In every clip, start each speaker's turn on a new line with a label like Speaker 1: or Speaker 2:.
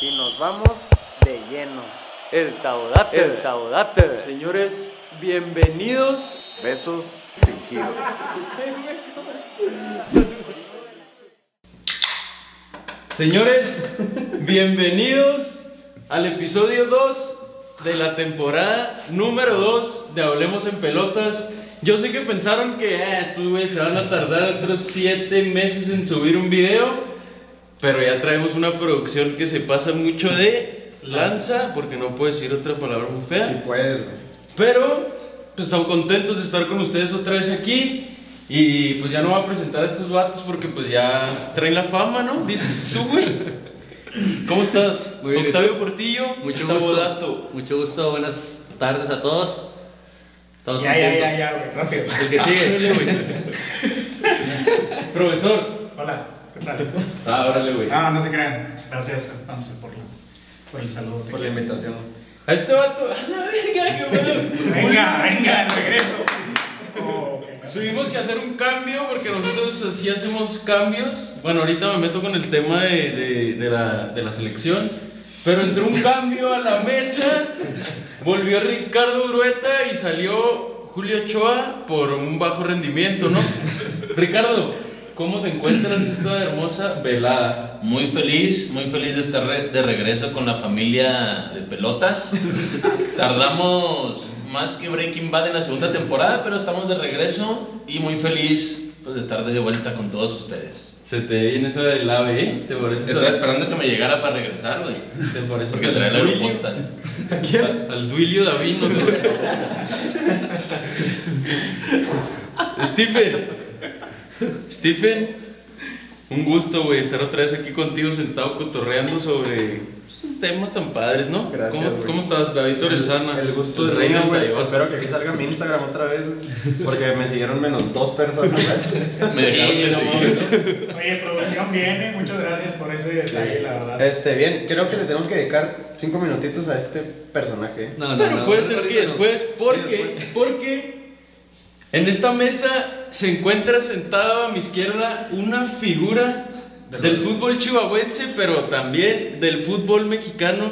Speaker 1: y nos vamos de lleno.
Speaker 2: El taudate, el taudate.
Speaker 3: Señores, bienvenidos.
Speaker 4: Besos fingidos.
Speaker 3: Señores, bienvenidos al episodio 2 de la temporada número 2 de Hablemos en Pelotas. Yo sé que pensaron que "Ah, estos güeyes se van a tardar otros 7 meses en subir un video, pero ya traemos una producción que se pasa mucho de lanza, porque no puedo decir otra palabra muy fea.
Speaker 4: puedes, güey.
Speaker 3: Pero, pues estamos contentos de estar con ustedes otra vez aquí. Y pues ya no voy a presentar a estos vatos porque pues ya traen la fama, ¿no? Dices tú, güey. ¿Cómo estás?
Speaker 2: Muy bien,
Speaker 3: Octavio Portillo,
Speaker 2: Mucho
Speaker 3: Octavo
Speaker 2: gusto.
Speaker 3: Dato.
Speaker 2: Mucho gusto, buenas tardes a todos. Estamos
Speaker 5: Ya, ya, ya,
Speaker 2: contentos.
Speaker 5: ya, güey, rápido.
Speaker 2: El que sigue.
Speaker 3: Ábrele, güey. Profesor.
Speaker 5: Hola, ¿qué tal?
Speaker 3: Ah, órale, güey.
Speaker 5: No, no se crean. Gracias, Ramsey, por, la- por el saludo.
Speaker 4: Por la invitación.
Speaker 3: A este vato. A la verga, qué bueno.
Speaker 5: Venga, venga, de regreso. Oh, ok.
Speaker 3: Tuvimos que hacer un cambio porque nosotros así hacemos cambios. Bueno, ahorita me meto con el tema de, de- de la, de la selección. Pero entró un cambio a la mesa. Volvió Ricardo Urueta y salió Julio Ochoa por un bajo rendimiento, ¿no? Ricardo, ¿cómo te encuentras esta hermosa velada?
Speaker 6: Muy feliz, muy feliz de estar re- de regreso con la familia de pelotas. Tardamos más que Breaking Bad en la segunda temporada, pero estamos de regreso y muy feliz pues, de estar de vuelta con todos ustedes.
Speaker 3: Se te viene esa del ave, ¿eh? ¿Te parece
Speaker 6: Estaba esperando que me llegara para regresar, güey.
Speaker 3: ¿Te parece
Speaker 6: Porque
Speaker 3: esa
Speaker 6: trae la
Speaker 3: del Duilio?
Speaker 6: propuesta.
Speaker 3: ¿A quién? Al Duilio Davino. Stephen. Stephen. Un gusto, güey, estar otra vez aquí contigo sentado cotorreando sobre pues, temas tan padres, ¿no?
Speaker 4: Gracias,
Speaker 3: ¿Cómo,
Speaker 4: güey.
Speaker 3: ¿Cómo estás, David Lorenzana?
Speaker 4: El gusto
Speaker 3: de
Speaker 4: de
Speaker 3: Pues Reina
Speaker 4: reina, güey.
Speaker 3: Tallabas.
Speaker 4: Espero que aquí salga mi Instagram otra vez, güey. Porque me siguieron menos dos personas. güey.
Speaker 6: Me dejaron
Speaker 3: Sí,
Speaker 6: de
Speaker 3: no
Speaker 6: seguir.
Speaker 5: Oye, producción viene, muchas gracias por ese detalle, la verdad.
Speaker 4: Este, bien, creo que le tenemos que dedicar cinco minutitos a este personaje. ¿eh?
Speaker 2: No, no,
Speaker 3: Pero
Speaker 2: no,
Speaker 3: puede
Speaker 2: no,
Speaker 3: ser que
Speaker 2: ahorita no.
Speaker 3: después, porque,
Speaker 4: Sí, después.
Speaker 3: porque en esta mesa se encuentra sentado a mi izquierda una figura del fútbol chihuahuense, pero también del fútbol mexicano,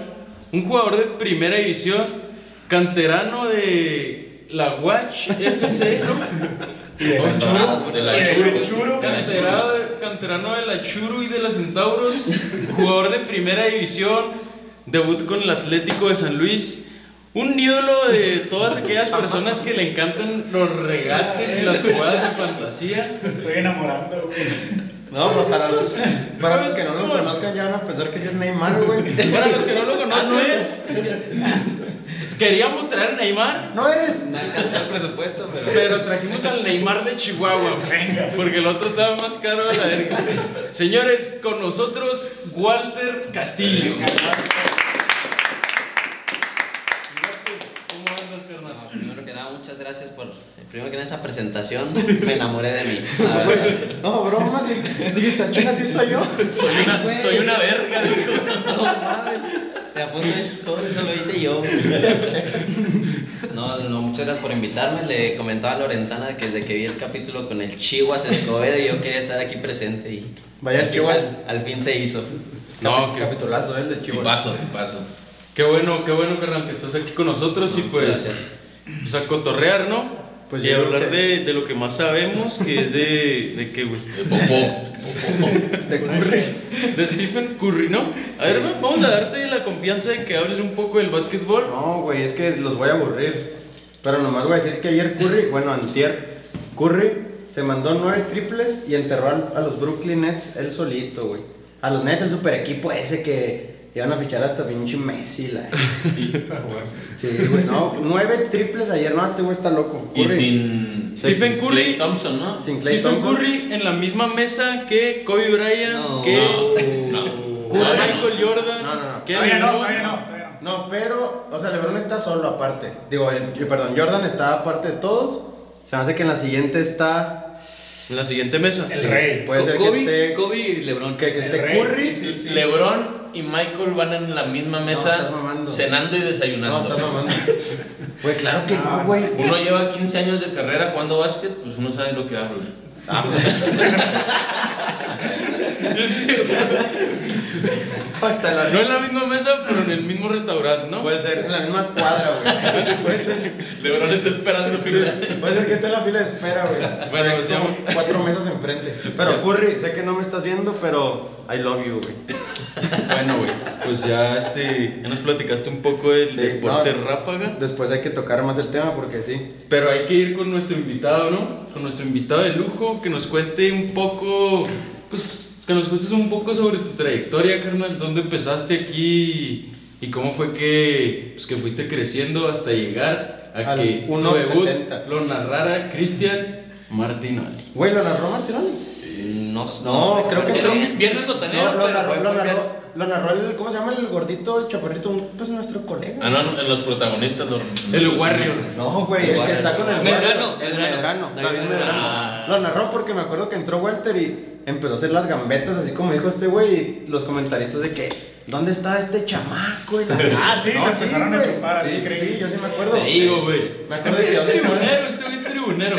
Speaker 3: un jugador de primera división, canterano de la Watch FC, ¿no?
Speaker 5: Y de-
Speaker 3: Ocho.
Speaker 6: Ah, De la
Speaker 5: Y de
Speaker 6: churu.
Speaker 5: la churu.
Speaker 6: De la
Speaker 3: Canterano, canterano de la Churu y de la Centauros, jugador de primera división, debut con el Atlético de San Luis, un ídolo de todas aquellas personas que le encantan los regates y las jugadas de fantasía.
Speaker 5: me Estoy enamorando. güey.
Speaker 4: No, pues para los, para los que no lo
Speaker 3: ¿Cómo?
Speaker 4: conozcan ya van a pensar que sí es Neymar, güey.
Speaker 3: Para los que Ah, no lo conocen, es- queríamos traer a Neymar,
Speaker 4: No eres.
Speaker 2: No alcanza el presupuesto, pero.
Speaker 3: pero trajimos al Neymar de Chihuahua,
Speaker 5: Venga.
Speaker 3: porque el otro estaba más caro a la verga. Señores, con nosotros Walter Castillo. ¿Cómo andas, carnal?
Speaker 2: No, primero que nada, muchas gracias por. Primero que nada, esa presentación me enamoré de mí. la verdad.
Speaker 4: No, broma. Dijiste, "¿A chinga, sí soy yo.
Speaker 6: Soy
Speaker 2: Ay,
Speaker 6: una,
Speaker 2: güey.
Speaker 6: soy una verga, dijo.
Speaker 2: No mames, te apunto es- todo eso lo hice yo. No, no, muchas gracias por invitarme. Le comentaba a Lorenzana que desde que vi el capítulo con el Chihuahua Escobedo yo quería estar aquí presente y
Speaker 4: Vaya
Speaker 2: al,
Speaker 4: Chihuahua.
Speaker 2: final- al fin se hizo.
Speaker 3: No,
Speaker 4: Capi-
Speaker 3: qué,
Speaker 4: Capitulazo, el de
Speaker 6: Y
Speaker 4: Chihuahua.
Speaker 6: paso, y paso.
Speaker 3: qué bueno, qué bueno, carnal, que estás aquí con nosotros y
Speaker 2: No,
Speaker 3: pues,
Speaker 2: muchas
Speaker 3: pues a cotorrear, ¿no?
Speaker 4: Pues
Speaker 3: y
Speaker 4: yo creo
Speaker 3: hablar
Speaker 4: que-
Speaker 3: de, de lo que más sabemos, que es de, de qué, güey.
Speaker 6: De popó. popó.
Speaker 4: Te curre.
Speaker 3: De Stephen Curry, ¿no? A ver, va- vamos a darte la confianza de que hables un poco del básquetbol.
Speaker 4: No, güey, es que los voy a aburrir. Pero nomás voy a decir que ayer Curry, bueno, antier, Curry se mandó nueve triples y enterró al- a los Brooklyn Nets él solito, güey. A los Nets, el super equipo ese que iban a fichar hasta pinche Messi, la... Sí, güey, no, nueve triples ayer, no, este güey está loco.
Speaker 6: Y
Speaker 4: Curry.
Speaker 6: sin.
Speaker 3: Stephen
Speaker 6: sin
Speaker 3: Curry.
Speaker 6: Klay Thompson, ¿no?
Speaker 4: Sin Clay
Speaker 3: Stephen
Speaker 4: Thompson.
Speaker 3: Curry en la misma mesa que Kobe Bryant,
Speaker 2: No.
Speaker 3: que
Speaker 6: No.
Speaker 3: que
Speaker 6: No, no,
Speaker 3: Michael
Speaker 6: no.
Speaker 3: Jordan,
Speaker 4: No, no, no.
Speaker 3: que
Speaker 5: Todavía no,
Speaker 3: LeBron.
Speaker 5: todavía no, todavía no.
Speaker 4: No, pero, o sea, LeBron está solo aparte. Digo, el- eh, perdón, Jordan está aparte de todos. Se me hace que en la siguiente está.
Speaker 3: En la siguiente mesa.
Speaker 5: El rey.
Speaker 4: Puede ser
Speaker 2: Kobe,
Speaker 4: que esté.
Speaker 2: Kobe y LeBron.
Speaker 4: Que, que
Speaker 5: El
Speaker 4: esté
Speaker 5: rey,
Speaker 4: Este Curry.
Speaker 5: sí, sí, sí.
Speaker 6: LeBron y Michael van en la misma
Speaker 4: estás
Speaker 6: mesa
Speaker 4: mamando.
Speaker 6: cenando y
Speaker 4: No,
Speaker 6: desayunando.
Speaker 4: estás mamando. Güey, claro que
Speaker 5: No,
Speaker 4: no, güey.
Speaker 6: uno lleva 15 años de carrera jugando básquet, pues uno sabe lo que habla.
Speaker 3: No en la misma mesa, pero en el mismo restaurante, ¿no?
Speaker 4: Puede ser en la misma cuadra, güey. Puede ser.
Speaker 6: Lebron está esperando final.
Speaker 4: Sí, puede ser que esté en la fila de espera, güey.
Speaker 6: Bueno,
Speaker 4: Hay
Speaker 6: se
Speaker 4: como
Speaker 6: llama-
Speaker 4: cuatro mesas enfrente.
Speaker 6: Ya.
Speaker 4: Pero Curry, sé que no me estás viendo, pero I love you, güey.
Speaker 3: Bueno, güey, pues ya, este, ya nos platicaste un poco del
Speaker 4: Sí,
Speaker 3: deporte
Speaker 4: no.
Speaker 3: ráfaga,
Speaker 4: Después hay que tocar más el tema porque sí.
Speaker 3: pero hay que ir con nuestro invitado, ¿no? Con nuestro invitado de lujo, que nos cuente un poco, pues, que nos cuentes un poco sobre tu trayectoria, carnal, dónde empezaste aquí y cómo fue que, pues, que fuiste creciendo hasta llegar a
Speaker 4: Al
Speaker 3: que tu
Speaker 4: 1.70.
Speaker 3: debut lo narrara Cristian Martinoli.
Speaker 4: Güey, lo narró Martinoli.
Speaker 2: No,
Speaker 4: No, creo que
Speaker 2: recuerdo
Speaker 4: sí.
Speaker 2: bien.
Speaker 6: Viernes botanero,
Speaker 4: No, lo
Speaker 6: pero
Speaker 4: narró,
Speaker 6: fue-
Speaker 4: lo
Speaker 6: fue
Speaker 4: narró,
Speaker 6: bien.
Speaker 4: lo narró el, ¿cómo se llama el gordito, el chaparrito? Un- Pues nuestro colega.
Speaker 6: Ah, no, no, los protagonistas. Los,
Speaker 3: El Warrior.
Speaker 4: No, güey, el que está con el
Speaker 6: Medrano,
Speaker 4: Walter, el
Speaker 6: Medrano.
Speaker 4: Medrano, David
Speaker 6: David
Speaker 4: Medrano.
Speaker 6: Medrano.
Speaker 4: Lo narró porque me acuerdo que entró Walter y empezó a hacer las gambetas, así como dijo este güey, y los comentaristas de que, ¿dónde está este chamaco? Y la-
Speaker 5: Ah, sí, lo empezaron a
Speaker 4: güey.
Speaker 5: chupar, así
Speaker 4: Sí,
Speaker 5: creí.
Speaker 4: sí, yo sí me acuerdo.
Speaker 3: Te digo, güey.
Speaker 4: Me acuerdo de que
Speaker 3: Este
Speaker 4: ¿dónde estaba?
Speaker 3: tribunero, este güey es tribunero.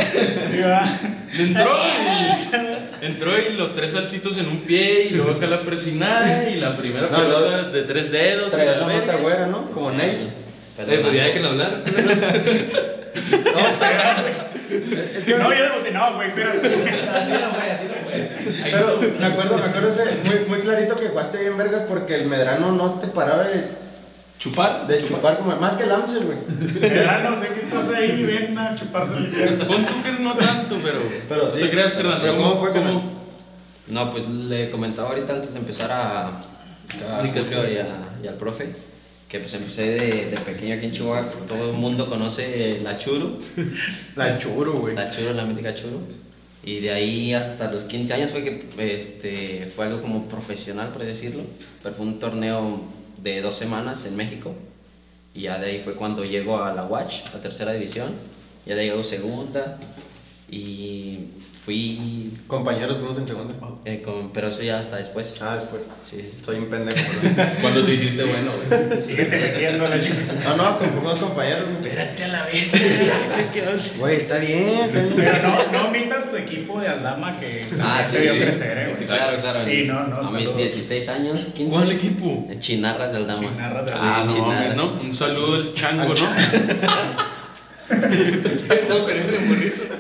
Speaker 5: Sí, va.
Speaker 3: Le entró y, entró y los tres saltitos en un pie y luego acá la presionada y la primera
Speaker 4: No,
Speaker 3: pelota
Speaker 4: luego-
Speaker 3: de tres dedos. y
Speaker 4: Traía
Speaker 3: la
Speaker 4: la
Speaker 3: verga.
Speaker 4: mata güera, ¿no? Como Ney.
Speaker 7: Eh,
Speaker 2: Perdón,
Speaker 7: hablar.
Speaker 5: No, yo debuté, no, güey, espérate.
Speaker 7: Así no fue, así no fue.
Speaker 4: Pero me acuerdo, me acuerdo ese, muy, muy clarito que jugaste bien vergas porque el Medrano no te paraba de,
Speaker 3: Chupar.
Speaker 4: de chupar como más que el Amsel, güey.
Speaker 5: Verano, sé que estás ahí, ven a chuparse el pie.
Speaker 3: Pon tú que no tanto, pero.
Speaker 4: Pero sí.
Speaker 3: ¿Te creas,
Speaker 4: Pero
Speaker 3: carnal?
Speaker 4: sí, ¿cómo fue, carnal?
Speaker 2: No, pues le comentaba ahorita antes de empezar a, a
Speaker 7: Ni que
Speaker 2: Julio y, a- y al profe que pues empecé de, de pequeño aquí en Chihuahua. Todo el mundo conoce la churu,
Speaker 4: La churo, güey.
Speaker 2: la churu, la mítica churu. Y de ahí hasta los 15 años fue que este, fue algo como profesional, por decirlo. Pero fue un torneo de dos semanas en México. Y ya de ahí fue cuando llego a la Watch, a tercera división. Ya de ahí llego segunda. Y fui.
Speaker 4: Compañeros fuimos en segunda.
Speaker 2: eh, con- pero eso ya hasta después.
Speaker 4: Ah, después.
Speaker 2: Sí, sí.
Speaker 4: Soy un pendejo. ¿no?
Speaker 6: Cuando te hiciste bueno, güey.
Speaker 5: Síguete metiendo la chica.
Speaker 4: No, no, con unos compañeros. güey.
Speaker 6: Espérate a la verga.
Speaker 4: Güey, está bien, está bien.
Speaker 5: Pero no, no omitas tu equipo de Aldama que
Speaker 2: Ah,
Speaker 5: que
Speaker 2: sí.
Speaker 5: te vio crecer, eh, güey.
Speaker 2: Claro, claro.
Speaker 5: Sí, no, no,
Speaker 2: A mis
Speaker 5: saludos.
Speaker 2: 16 años, 15.
Speaker 3: ¿Cuál equipo?
Speaker 2: En Chinarras del Dama.
Speaker 5: Chinarras del
Speaker 3: Ah, no, mames,
Speaker 2: Chinarras.
Speaker 3: ¿no? Un saludo al chango, ¿no?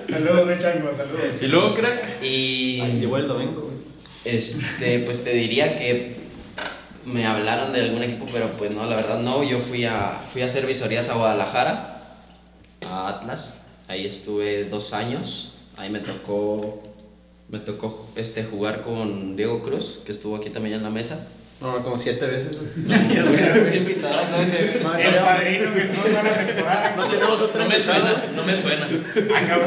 Speaker 5: Saludos, de Chango, saludos.
Speaker 3: Y luego, crack.
Speaker 2: Y
Speaker 4: Llegó el domingo, güey.
Speaker 2: este, pues te diría que me hablaron de algún equipo, pero pues no, la verdad no. Yo fui a, fui a hacer visorías a Guadalajara, a Atlas. Ahí estuve dos años. Ahí me tocó, me tocó este, jugar con Diego Cruz, que estuvo aquí también en la mesa.
Speaker 4: No, como siete veces, güey.
Speaker 5: Ya sé,
Speaker 4: No,
Speaker 5: El
Speaker 4: ya-
Speaker 5: padrino que estuvo toda la temporada.
Speaker 4: no tenemos otra
Speaker 6: No me
Speaker 4: invitada.
Speaker 6: suena, no me suena.
Speaker 5: Acabó.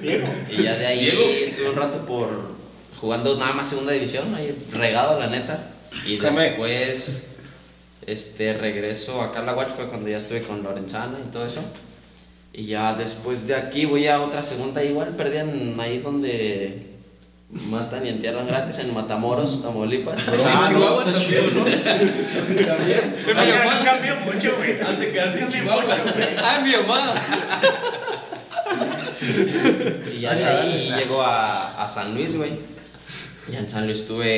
Speaker 5: Diego.
Speaker 2: Y ya de ahí
Speaker 6: Diego.
Speaker 2: estuve un rato por jugando nada más segunda división, ahí regado la neta. Y
Speaker 4: Jaime.
Speaker 2: después este, regreso acá a la Watch, fue cuando ya estuve con Lorenzana y todo eso. Y ya después de aquí voy a otra segunda, igual perdían ahí donde matan y entierran gratis en Matamoros, Tamaulipas.
Speaker 4: Ah, no,
Speaker 6: Chihuahua
Speaker 4: está
Speaker 6: también,
Speaker 4: chido, ¿no? También.
Speaker 5: Oiga, no cambió mucho, güey.
Speaker 3: Ah,
Speaker 6: Antes de quedarte en
Speaker 5: Cambió
Speaker 6: Chihuahua.
Speaker 5: mucho, güey.
Speaker 2: ¡Ay, Ah, mi mamá! y
Speaker 4: Ah,
Speaker 2: ya de ahí llego a, a San Luis, güey. Y en San Luis estuve.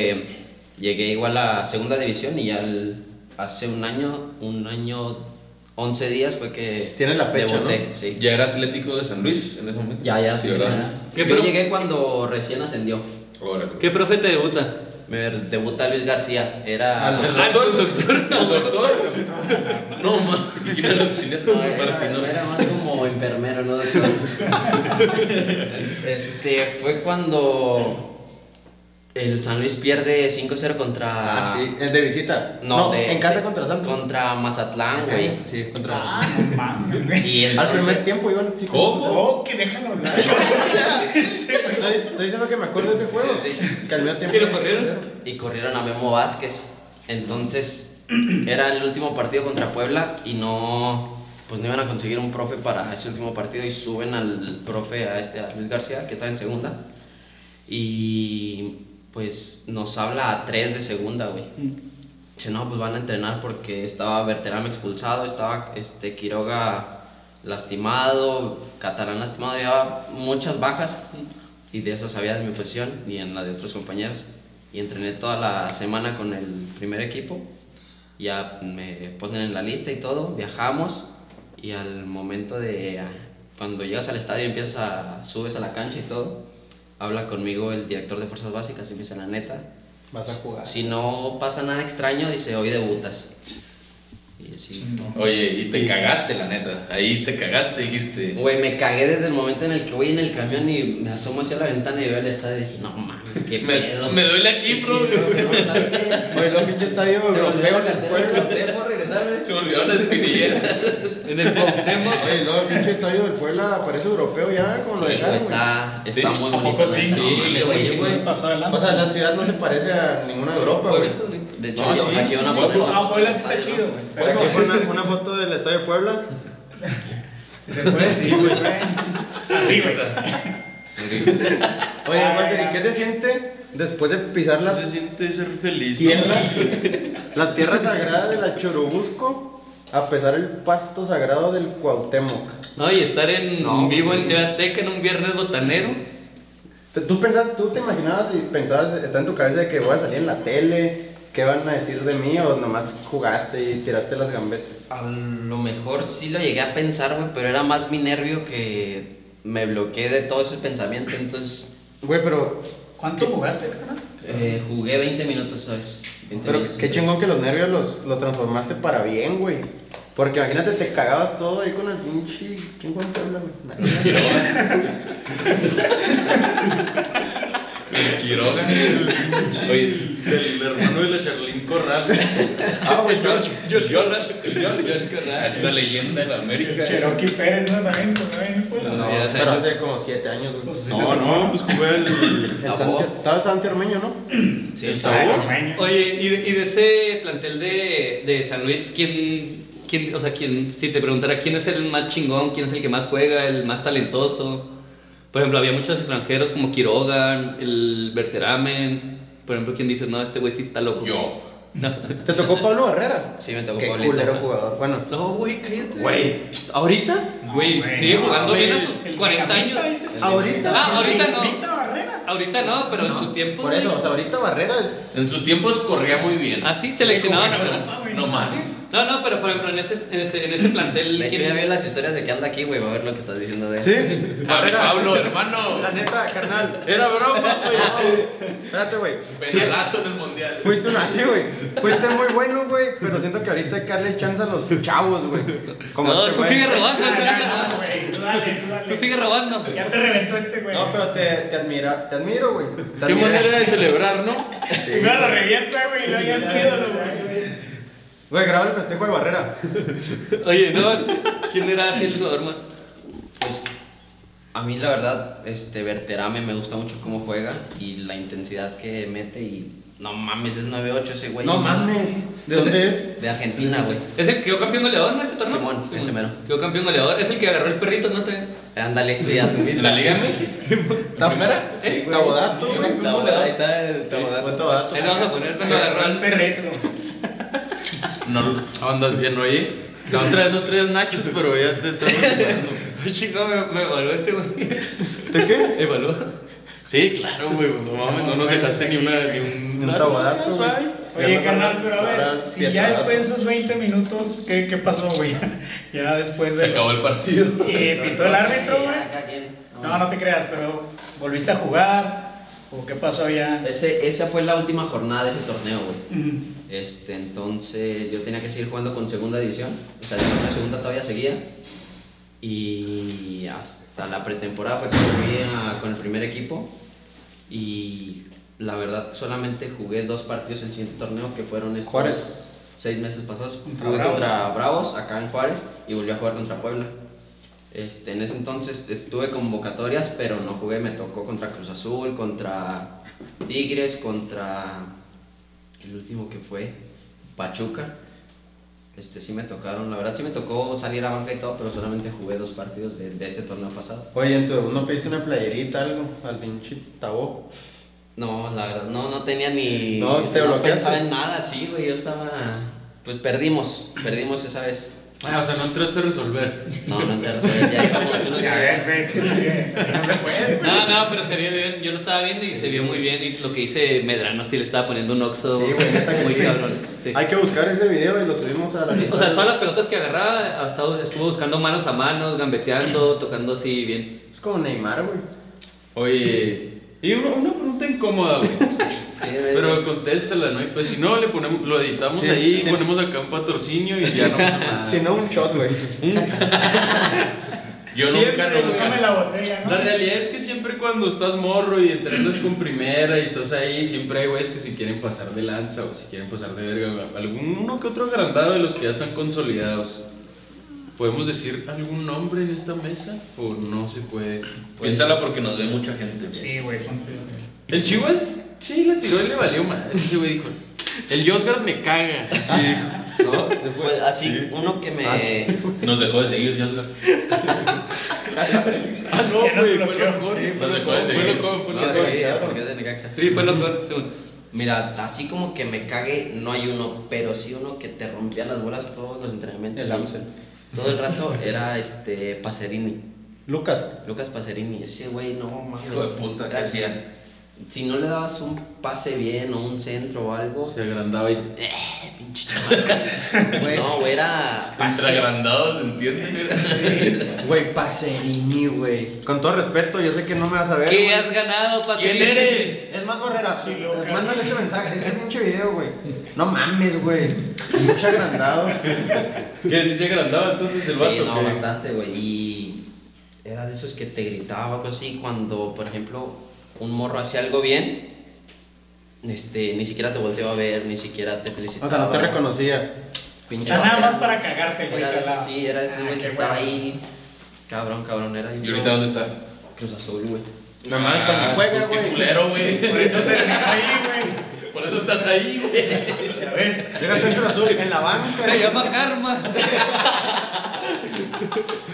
Speaker 2: Llegué igual a segunda división y ya el- hace un año, un año, 11 días fue que.
Speaker 4: Tiene la fecha,
Speaker 2: debuté,
Speaker 4: ¿no?
Speaker 2: sí.
Speaker 6: Ya era Atlético de San Luis en ese momento.
Speaker 2: Ya, ya,
Speaker 6: Sí,
Speaker 2: ya.
Speaker 6: ¿verdad?
Speaker 7: ¿Qué,
Speaker 2: Yo
Speaker 7: pero-
Speaker 2: llegué cuando recién ascendió.
Speaker 6: Órale.
Speaker 7: ¿Qué profe te debuta?
Speaker 2: Me debuta Luis García. Era.
Speaker 4: Ah, no.
Speaker 7: Ah, no, el doctor.
Speaker 6: ¿El doctor? No, ma. ¿Quién era el auxiliar?
Speaker 2: No,
Speaker 6: No,
Speaker 2: era,
Speaker 6: Martín, no.
Speaker 2: era más como enfermero, ¿no? Doctor? este, fue cuando el San Luis pierde 5-0 contra...
Speaker 4: Ah, sí. El de visita.
Speaker 2: No, de-
Speaker 4: en casa contra Santos.
Speaker 2: Contra Mazatlán,
Speaker 4: En
Speaker 2: güey.
Speaker 4: casa, Sí, contra
Speaker 5: Ah, no mames, güey.
Speaker 2: Y
Speaker 4: Al primer
Speaker 2: entonces...
Speaker 4: tiempo iban. sí,
Speaker 6: ¿Cómo?
Speaker 5: Oh, que déjalo hablar. Este,
Speaker 4: Estoy, estoy diciendo que me acuerdo de ese juego.
Speaker 2: Sí, sí.
Speaker 4: Que al mismo tiempo.
Speaker 7: ¿Y lo corrieron?
Speaker 2: Y corrieron a Memo Vázquez. Entonces, era el último partido contra Puebla y no... Pues no iban a conseguir un profe para ese último partido y suben al profe, a este, a Luis García, que estaba en segunda. Y pues nos habla a 3 de segunda, güey. Dice, no, pues van a entrenar porque estaba Berterame expulsado, estaba este, Quiroga lastimado, Catalán lastimado, llevaba muchas bajas y de esas había de mi posición y en la de otros compañeros. y entrené toda la semana con el primer equipo. Ya me ponen en la lista y todo, viajamos y al momento de ah, cuando llegas al estadio y empiezas a subes a la cancha y todo, habla conmigo el director de fuerzas básicas y me dice la neta,
Speaker 4: Vas a jugar.
Speaker 2: si no pasa nada extraño, dice hoy debutas. Y así,
Speaker 6: Oye, y te cagaste, la neta. Ahí te cagaste, dijiste.
Speaker 2: Güey, me cagué desde el momento en el que voy en el camión y me asomo hacia la ventana y veo el estadio y dije, no mames, qué
Speaker 6: Me,
Speaker 2: pedo.
Speaker 6: me duele aquí, bro.
Speaker 4: Güey, los pinches estadios europeos del pueblo.
Speaker 6: Se me olvidó la espinillera.
Speaker 7: En el Cuauhtémoc.
Speaker 4: Güey, los pinches estadios del pueblo parece europeo ya, como lo
Speaker 2: Sí,
Speaker 4: dejaron. güey.
Speaker 2: está,
Speaker 6: Sí,
Speaker 2: está muy
Speaker 5: ¿a poco
Speaker 2: bonito.
Speaker 5: sí?
Speaker 2: güey.
Speaker 5: No,
Speaker 2: Sí,
Speaker 5: güey,
Speaker 2: sí,
Speaker 5: güey, pasado de
Speaker 4: O
Speaker 5: lanza.
Speaker 4: sea, la ciudad no se parece a ninguna de Europa, güey.
Speaker 2: De hecho,
Speaker 4: No,
Speaker 2: yo-
Speaker 4: sí, sí,
Speaker 2: aquí van a
Speaker 4: sí.
Speaker 2: poner una
Speaker 5: Ah,
Speaker 2: foto
Speaker 5: Puebla
Speaker 2: del
Speaker 5: sí está
Speaker 2: estadio,
Speaker 5: chido,
Speaker 2: ¿no?
Speaker 5: güey.
Speaker 4: Por aquí
Speaker 5: Pero
Speaker 4: fue una, una foto del estadio de Puebla.
Speaker 5: si se puede, sí, güey. Sí, güey.
Speaker 4: Oye,
Speaker 5: Ay,
Speaker 4: Walter, ¿y
Speaker 5: ay,
Speaker 4: qué
Speaker 5: ay.
Speaker 4: se siente después de pisar la
Speaker 6: se siente ser feliz?
Speaker 4: tierra, la tierra sagrada de la Churubusco a pesar el pasto sagrado del Cuauhtémoc?
Speaker 7: No, y estar en
Speaker 2: No, pues
Speaker 7: vivo
Speaker 2: sí.
Speaker 7: en TV Azteca en un viernes botanero.
Speaker 4: Te- ¿Tú, pensas, ¿Tú te imaginabas y pensabas, está en tu cabeza de que voy a salir en la tele? ¿Qué van a decir de mí? ¿O nomás jugaste y tiraste las gambetas?
Speaker 2: A lo mejor sí lo llegué a pensar, güey, pero era más mi nervio que me bloqueé de todo ese pensamiento, entonces
Speaker 4: Güey, pero,
Speaker 5: ¿Cuánto jugaste, carnal?
Speaker 2: eh, jugué 20 minutos, ¿sabes? 20
Speaker 4: pero
Speaker 2: minutos,
Speaker 4: qué
Speaker 2: entonces.
Speaker 4: chingón que los nervios los, los transformaste para bien, güey. Porque imagínate, te cagabas todo ahí con el pinche... ¿Quién fue en Puebla, güey? Nadie.
Speaker 6: El Quiroga. Oye, el hermano de la Charlene Corral. Ah, güey, George. George Corral. George Corral. Es una leyenda de la América.
Speaker 5: Cherokee Pérez, ¿no? También, también, pues.
Speaker 4: No,
Speaker 7: Ya.
Speaker 4: pero hace como 7 años, güey.
Speaker 5: Pues,
Speaker 6: No, no, pues jugué el.
Speaker 4: El
Speaker 2: Tabó.
Speaker 4: Santi, estaba Santi Ormeño, ¿no?
Speaker 2: Sí,
Speaker 6: El
Speaker 2: estaba
Speaker 6: tabú.
Speaker 2: bueno.
Speaker 5: Ormeño.
Speaker 7: Oye, y de, y de ese plantel de, de San Luis, ¿quién, quién, o sea, quién, si te preguntara quién es el más chingón, quién es el que más juega, el más talentoso? Por ejemplo, había muchos extranjeros como Quiroga, el Berteramen. Por ejemplo, ¿quién dice, no, este güey sí está loco?
Speaker 6: Yo.
Speaker 7: No,
Speaker 4: ¿Te tocó Pablo Barrera?
Speaker 2: Sí, me tocó
Speaker 4: Qué
Speaker 2: Pablito.
Speaker 4: culero jugador. Bueno,
Speaker 7: no güey, cállate.
Speaker 4: güey, ¿ahorita?
Speaker 5: No,
Speaker 7: Güey, sigue
Speaker 5: no,
Speaker 7: jugando
Speaker 5: güey.
Speaker 7: bien a sus
Speaker 5: El
Speaker 7: 40 años.
Speaker 5: Dinamita, dices tú.
Speaker 4: ¿Ahorita?
Speaker 7: Ah, ahorita no.
Speaker 5: Dinamita Barrera.
Speaker 7: Ahorita no, pero en sus tiempos.
Speaker 4: Por eso,
Speaker 7: güey.
Speaker 4: o sea, ahorita Barrera es...
Speaker 6: En sus tiempos corría muy bien.
Speaker 7: Ah, sí, seleccionado
Speaker 5: Dijo,
Speaker 7: nacional.
Speaker 5: bueno,
Speaker 6: No más.
Speaker 7: No, no, pero por ejemplo, en ese, en ese, en ese plantel.
Speaker 2: De hecho,
Speaker 7: ¿quién-
Speaker 2: ya vi las historias de que anda aquí, güey, va a ver lo que estás diciendo de él.
Speaker 4: ¿Sí?
Speaker 6: Pablo, Pablo,
Speaker 4: La
Speaker 6: hermano.
Speaker 4: neta, carnal.
Speaker 6: Era broma, güey.
Speaker 4: Espérate, güey.
Speaker 6: Penalazo en el mundial.
Speaker 4: Fuiste un así, güey. Fuiste muy bueno, güey. Pero siento que ahorita hay que darle chance a los chavos, güey. Como
Speaker 7: No,
Speaker 4: este
Speaker 7: tú
Speaker 4: güey.
Speaker 7: sigues robando.
Speaker 5: Ah, ya, no, güey. Tú dale, tú dale.
Speaker 7: Tú sigues robando.
Speaker 5: Ya te reventó este, güey.
Speaker 4: No, pero te, te admira, te admiro, güey. Te
Speaker 6: Qué
Speaker 4: admiro.
Speaker 6: manera de celebrar, ¿no?
Speaker 5: Primero lo revienta, güey, y luego ya es su ídolo, güey.
Speaker 4: Güey, graba el festejo de Barrera.
Speaker 7: Oye, no. ¿Quién era así el jugador más?
Speaker 2: Pues, a mí la verdad, este Berterame me gusta mucho cómo juega y la intensidad que mete y no mames, es 9-8 ese güey.
Speaker 4: No mames. ¿De dónde es?
Speaker 2: De Argentina, güey.
Speaker 7: ¿Es el que quedó campeón goleador, no? ¿Ese torneo?
Speaker 2: Simón, ese mero.
Speaker 7: Quedó campeón goleador. Es el que agarró el perrito, ¿no? Te...
Speaker 2: Ándale, sí, a tu
Speaker 6: ¿En la Liga MX? ¿La primera?
Speaker 7: ¿Eh?
Speaker 4: Sí, güey. Tabodato, güey.
Speaker 2: Ahí está el
Speaker 4: Fue
Speaker 2: Tabodato.
Speaker 4: Tabodato.
Speaker 7: Ahí lo vamos a poner cuando agarró
Speaker 5: Agarró el
Speaker 7: el
Speaker 5: perreto.
Speaker 6: No, andas bien, oye.
Speaker 3: La otra vez no traías nachos, pero ya te estás recuperando.
Speaker 7: Chico, me, me evaluó este güey.
Speaker 4: ¿De qué?
Speaker 7: ¿Evaluó?
Speaker 3: Sí, claro, güey. No mames, no nos dejaste ni una. Ni un,
Speaker 4: Un tabodato,
Speaker 3: No,
Speaker 4: güey.
Speaker 3: suave.
Speaker 5: Oye,
Speaker 4: Ahora,
Speaker 5: carnal, pero a
Speaker 4: ahora
Speaker 5: ver, si
Speaker 4: siete
Speaker 5: ya
Speaker 4: datos.
Speaker 5: después de esos 20 minutos, ¿qué, qué pasó, güey? Ya después de.
Speaker 6: Se acabó el partido.
Speaker 5: Eh, pitó el árbitro, güey. No, no te creas, pero volviste a jugar. ¿O qué pasó ya?
Speaker 2: Ese, esa fue la última jornada de ese torneo, güey.
Speaker 5: Mm.
Speaker 2: Este, entonces yo tenía que seguir jugando con segunda división. O sea, la segunda todavía seguía. Y hasta la pretemporada fue que volví a- con el primer equipo. Y la verdad, solamente jugué dos partidos en el siguiente torneo que fueron estos
Speaker 4: Juárez.
Speaker 2: seis meses pasados.
Speaker 5: Contra
Speaker 2: Jugué
Speaker 5: Bravos.
Speaker 2: contra Bravos acá en Juárez y volví a jugar contra Puebla. Este, en ese entonces estuve convocatorias, pero no jugué. Me tocó contra Cruz Azul, contra Tigres, contra el último que fue Pachuca. Este sí me tocaron, la verdad sí me tocó salir a banca y todo, pero solamente jugué dos partidos de, de este torneo pasado.
Speaker 4: Oye, en tu debut no pediste una playerita, algo, al pinche tabó.
Speaker 2: No, la verdad, no, no tenía ni.
Speaker 4: No, te bloqueaste.
Speaker 2: pensaba en nada, sí, güey. Yo estaba. Pues perdimos, perdimos esa vez.
Speaker 3: Ah, o sea, no entraste a resolver.
Speaker 2: No, no te resuelve, ya llevamos unos
Speaker 5: Ya ves, güey, pues, es que así no se puede. güey.
Speaker 7: No, no, pero se vio bien. Yo lo estaba viendo y se vio muy bien. Y lo que hice Medrano sí le estaba poniendo un oxo.
Speaker 4: Sí, güey, neta que
Speaker 7: muy
Speaker 4: sí.
Speaker 7: cabrón. Sí.
Speaker 4: Hay que buscar ese video y lo subimos a la
Speaker 7: O sea, todas las pelotas que agarraba, hasta estuvo buscando manos a manos, gambeteando, tocando así bien.
Speaker 4: Es como Neymar, güey.
Speaker 3: Oye, y una, una pregunta incómoda, güey. Pero contéstala, ¿no? Y pues si no, le ponemos, lo editamos
Speaker 4: Sí,
Speaker 3: ahí,
Speaker 4: sí.
Speaker 3: ponemos acá un patrocinio y ya no pasa
Speaker 7: Ah.
Speaker 3: nada.
Speaker 4: Si no, un shot, güey.
Speaker 6: Yo
Speaker 3: Siempre,
Speaker 6: nunca,
Speaker 3: güey.
Speaker 6: nunca.
Speaker 5: Búscame la botella, ¿no?
Speaker 3: La realidad es que siempre cuando estás morro y entrenas con primera y estás ahí, siempre hay güeyes que si quieren pasar de lanza o si quieren pasar de verga. güey. Alguno que otro agrandado de los que ya están consolidados. ¿Podemos decir algún nombre en esta mesa? ¿O no se puede?
Speaker 2: pues,
Speaker 6: Piénsala porque nos ve mucha gente. güey.
Speaker 5: Sí, güey, ponte.
Speaker 3: El Chivas sí le tiró y le valió madre. Ese güey dijo: El Yosgard me caga. Así dijo.
Speaker 4: No, se
Speaker 2: Pues así, uno que me.
Speaker 6: Nos dejó de seguir, Yosgar.
Speaker 3: Ah, no,
Speaker 5: Ya nos
Speaker 3: güey, fue
Speaker 5: bloqueó.
Speaker 3: loco.
Speaker 5: Sí,
Speaker 3: Fue
Speaker 6: nos
Speaker 3: loco,
Speaker 6: dejó de
Speaker 3: fue
Speaker 6: seguir.
Speaker 3: loco, fue
Speaker 2: No,
Speaker 3: loco.
Speaker 2: sí, ya, porque es de Necaxa.
Speaker 7: Sí, fue lo peor. sí, bueno.
Speaker 2: Mira, así como que me cague, no hay uno, pero sí uno que te rompía las bolas todos los entrenamientos.
Speaker 4: El
Speaker 2: y
Speaker 4: Amsel.
Speaker 2: Todo el rato era este Pacerini.
Speaker 4: Lucas.
Speaker 2: Lucas Pacerini, ese güey, no mames.
Speaker 6: Hijo de puta, ¿qué
Speaker 2: Era-
Speaker 6: hacía?
Speaker 2: Si no le dabas un pase bien o un centro o algo,
Speaker 3: Se agrandaba y se-
Speaker 2: eh, pinche chamaco. Güey, No, güey, era.
Speaker 6: Entre agrandados, ¿entiendes?
Speaker 4: Güey, Paserini, güey. Con todo respeto, yo sé que no me vas a ver.
Speaker 7: ¿Qué
Speaker 4: güey.
Speaker 7: has ganado, Pacerini?
Speaker 6: ¿Quién eres?
Speaker 4: Es más barrera.
Speaker 5: Sí, Lucas.
Speaker 4: eh, Mándale este mensaje, este pinche video, güey. No mames, güey. Mucho agrandado.
Speaker 3: Que si se agrandaba entonces el vato.
Speaker 2: Sí, no,
Speaker 3: ¿qué?
Speaker 2: bastante, güey. Y era de esos que te gritaba, algo así, cuando, por ejemplo, un morro hacía algo bien, este, ni siquiera te volteaba a ver, ni siquiera te felicitaba.
Speaker 4: O sea, no te reconocía.
Speaker 5: O
Speaker 4: Pinche.
Speaker 5: sea, nada más para cagarte, güey.
Speaker 2: Era de esos,
Speaker 5: calado.
Speaker 2: sí, era de esos
Speaker 5: Ah,
Speaker 2: güey
Speaker 5: qué
Speaker 2: que estaba
Speaker 5: hueva.
Speaker 2: ahí. Cabrón, cabrón, era.
Speaker 6: ¿Y ahorita dónde está?
Speaker 2: Cruz Azul, güey.
Speaker 4: Nada más cuando Ah, juega,
Speaker 6: pues qué
Speaker 4: güey.
Speaker 6: culero, güey.
Speaker 5: Por eso terminó ahí,
Speaker 6: Por eso estás ahí, güey.
Speaker 5: güey. Ya ves.
Speaker 4: Llega Centro Azul en la banca.
Speaker 7: Se llama Karma.